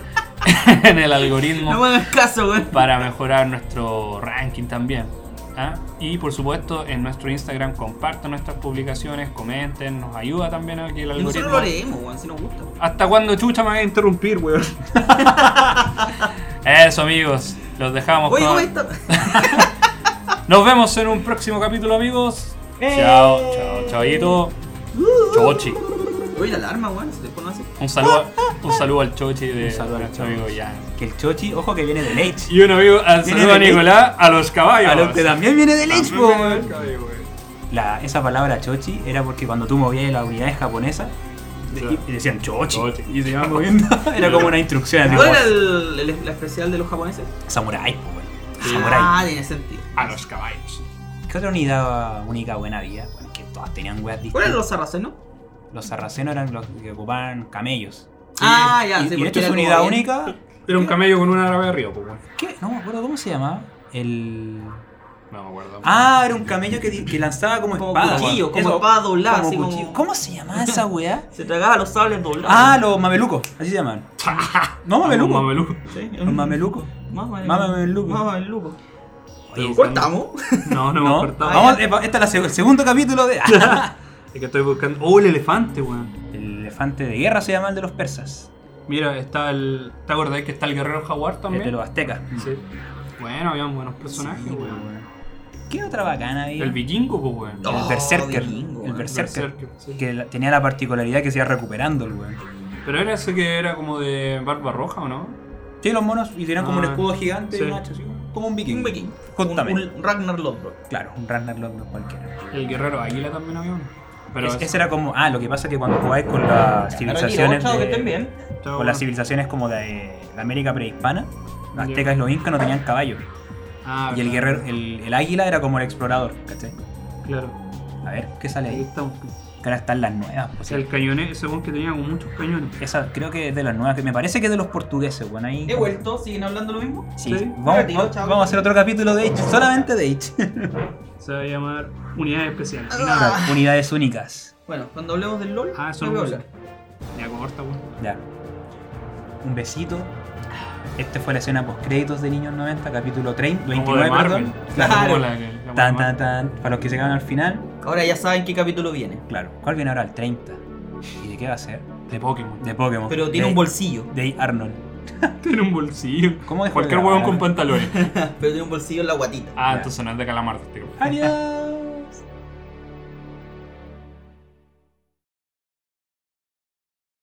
S2: en el algoritmo
S4: no me hagas caso, weón.
S2: para mejorar nuestro ranking también. ¿ah? Y por supuesto, en nuestro Instagram compartan nuestras publicaciones, comenten, nos ayuda también a que el
S4: Nosotros
S2: algoritmo.
S4: lo leemos, weón, si nos gusta.
S2: ¿Hasta cuándo chucha me va a interrumpir, *laughs* weón? Eso, amigos. Los dejamos
S4: Oye, ¿cómo
S2: con.
S4: está? *laughs*
S2: Nos vemos en un próximo capítulo, amigos.
S3: ¡Eh!
S2: Chao, chao, chavito. Chochi.
S4: Oye, la alarma, weón, si después no hace.
S2: Un saludo, un saludo al Chochi de
S1: Un saludo al
S2: nuestro
S1: Chochi.
S2: Eh, amigo Jan.
S1: Que el Chochi, ojo que viene de Leitch.
S2: Y un amigo, al saludo a
S1: de
S2: Nicolás, a los caballos.
S1: A lo que también viene de Leitch, po,
S2: También
S1: weón. La- Esa palabra Chochi era porque cuando tú movías las unidades japonesas, de-
S2: Claro.
S1: y decían Chochi.
S2: Chochi.
S1: Y se
S2: *laughs*
S1: iban moviendo. *laughs* Era como una instrucción así
S4: ¿Cuál
S1: como
S4: era el, el- la especial de los japoneses?
S1: Samurai, po, weón.
S2: Sí.
S1: Samurai.
S4: Ah, tiene sentido.
S2: A los caballos.
S1: ¿Qué otra unidad única buena había? Bueno, que todas tenían weas distintas.
S4: ¿Cuál eran los sarracenos?
S1: Los sarracenos eran los que ocupaban camellos.
S4: Ah, ya,
S1: Y,
S4: sí,
S1: y
S4: porque
S1: esto es
S4: era como
S1: unidad
S4: bien-
S1: única.
S2: Era un camello con una grave arriba, pues,
S1: ¿Qué? No me acuerdo cómo se llamaba. El.
S2: No me acuerdo.
S1: Ah, era un camello que, di- que lanzaba como,
S4: Como
S1: espada.
S4: cuchillo, como
S1: Eso,
S4: espada doblada,
S1: como
S4: así como-
S1: cuchillo. ¿Cómo se
S4: *laughs*
S1: llamaba esa weá?
S4: Se tragaba los sables doblados.
S1: Ah, los mamelucos, así se llaman.
S4: *laughs*
S1: No, mamelucos.
S2: Un mameluco.
S4: Sí.
S1: Los mamelucos.
S4: Mamá
S1: Mamá mameluco.
S4: Mamá mameluco.
S2: Oye,
S4: ¿Cortamos?
S2: No, no,
S1: No,
S2: me cortaba.
S1: vamos, epa, este es la seg- el segundo capítulo de. *laughs*
S2: Es que estoy buscando. Oh, el elefante, weón.
S1: el elefante de guerra se llama el de los persas.
S2: Mira, está el. ¿Te acordás que está el guerrero jaguar
S1: El de
S2: también?
S1: los aztecas.
S2: Sí. Bueno, habían buenos personajes,
S1: Sí,
S2: weón.
S1: weón. ¿Qué otra bacana había?
S2: El vikingo, pues, weón.
S4: No,
S1: El berserker.
S4: vikingo,
S1: el
S4: el
S1: berserker.
S2: berserker, sí.
S1: Que la- tenía la particularidad que se iba recuperando el weón.
S2: Pero era ese que era como de barba roja, ¿o no?
S1: Sí, los monos y tenían como un
S2: Ah,
S1: escudo gigante
S2: sí.
S1: y un hacha, así, como un vikingo.
S4: Un viking.
S1: Justamente.
S4: Un, un Ragnar Lothbrok.
S1: Claro, un Ragnar Lothbrok cualquiera.
S2: El guerrero águila también había uno. Pero
S1: Es-
S2: ese-
S1: ese era como. Ah, lo que pasa es que cuando jugáis con las civilizaciones.
S4: Chao, que
S1: de-
S4: estén bien.
S1: con
S2: estaba bueno.
S1: las civilizaciones como de la América prehispana,
S2: Ya.
S1: los aztecas y los incas no tenían caballo.
S2: Ah,
S1: Y el
S2: verdad.
S1: guerrero, el, el águila era como el explorador, ¿cachai?
S2: Claro.
S1: A ver, ¿qué sale
S2: Ahí
S1: ahí?
S2: está. un-
S1: Que ahora están las nuevas. pues,
S2: O sea, el cañonero, ese weón que tenía como muchos cañones.
S1: Esa creo que es de las nuevas, que me parece que es de los portugueses, bueno, ahí...
S4: He vuelto, siguen hablando lo mismo.
S1: Sí,
S2: Sí.
S1: Vamos,
S4: Negativo,
S1: vamos-
S4: chao.
S1: vamos a hacer otro capítulo de H, solamente de H.
S2: Se va a llamar unidades especiales.
S4: Ah.
S1: Claro, unidades únicas.
S4: Bueno, cuando hablemos del LOL,
S2: Ah, eso
S4: ¿qué
S2: no
S4: voy a
S2: puse.
S4: hablar?
S2: Ya corta, pues. weón.
S1: Ya. Un besito. Este fue la escena post-créditos de Niños 90, capítulo 30,
S2: Como de
S1: 29,
S2: Marvel.
S1: perdón.
S4: Claro.
S2: Como la que- la
S1: Tan,
S2: Marvel.
S1: tan, tan. Para los que llegaron al final,
S4: Ahora ya saben qué capítulo viene.
S1: claro. ¿Cuál viene ahora? El 30. ¿Y de qué va a ser?
S2: De Pokémon.
S1: De Pokémon.
S4: Pero tiene
S1: de,
S4: un bolsillo.
S1: De Arnold.
S2: Tiene un bolsillo.
S1: ¿Cómo dejó de
S2: Cualquier
S1: grabar?
S2: huevón con pantalones.
S4: Pero tiene un bolsillo en la guatita.
S2: Ah,
S1: Ya.
S2: entonces no es de calamardo, tío.
S1: Adiós.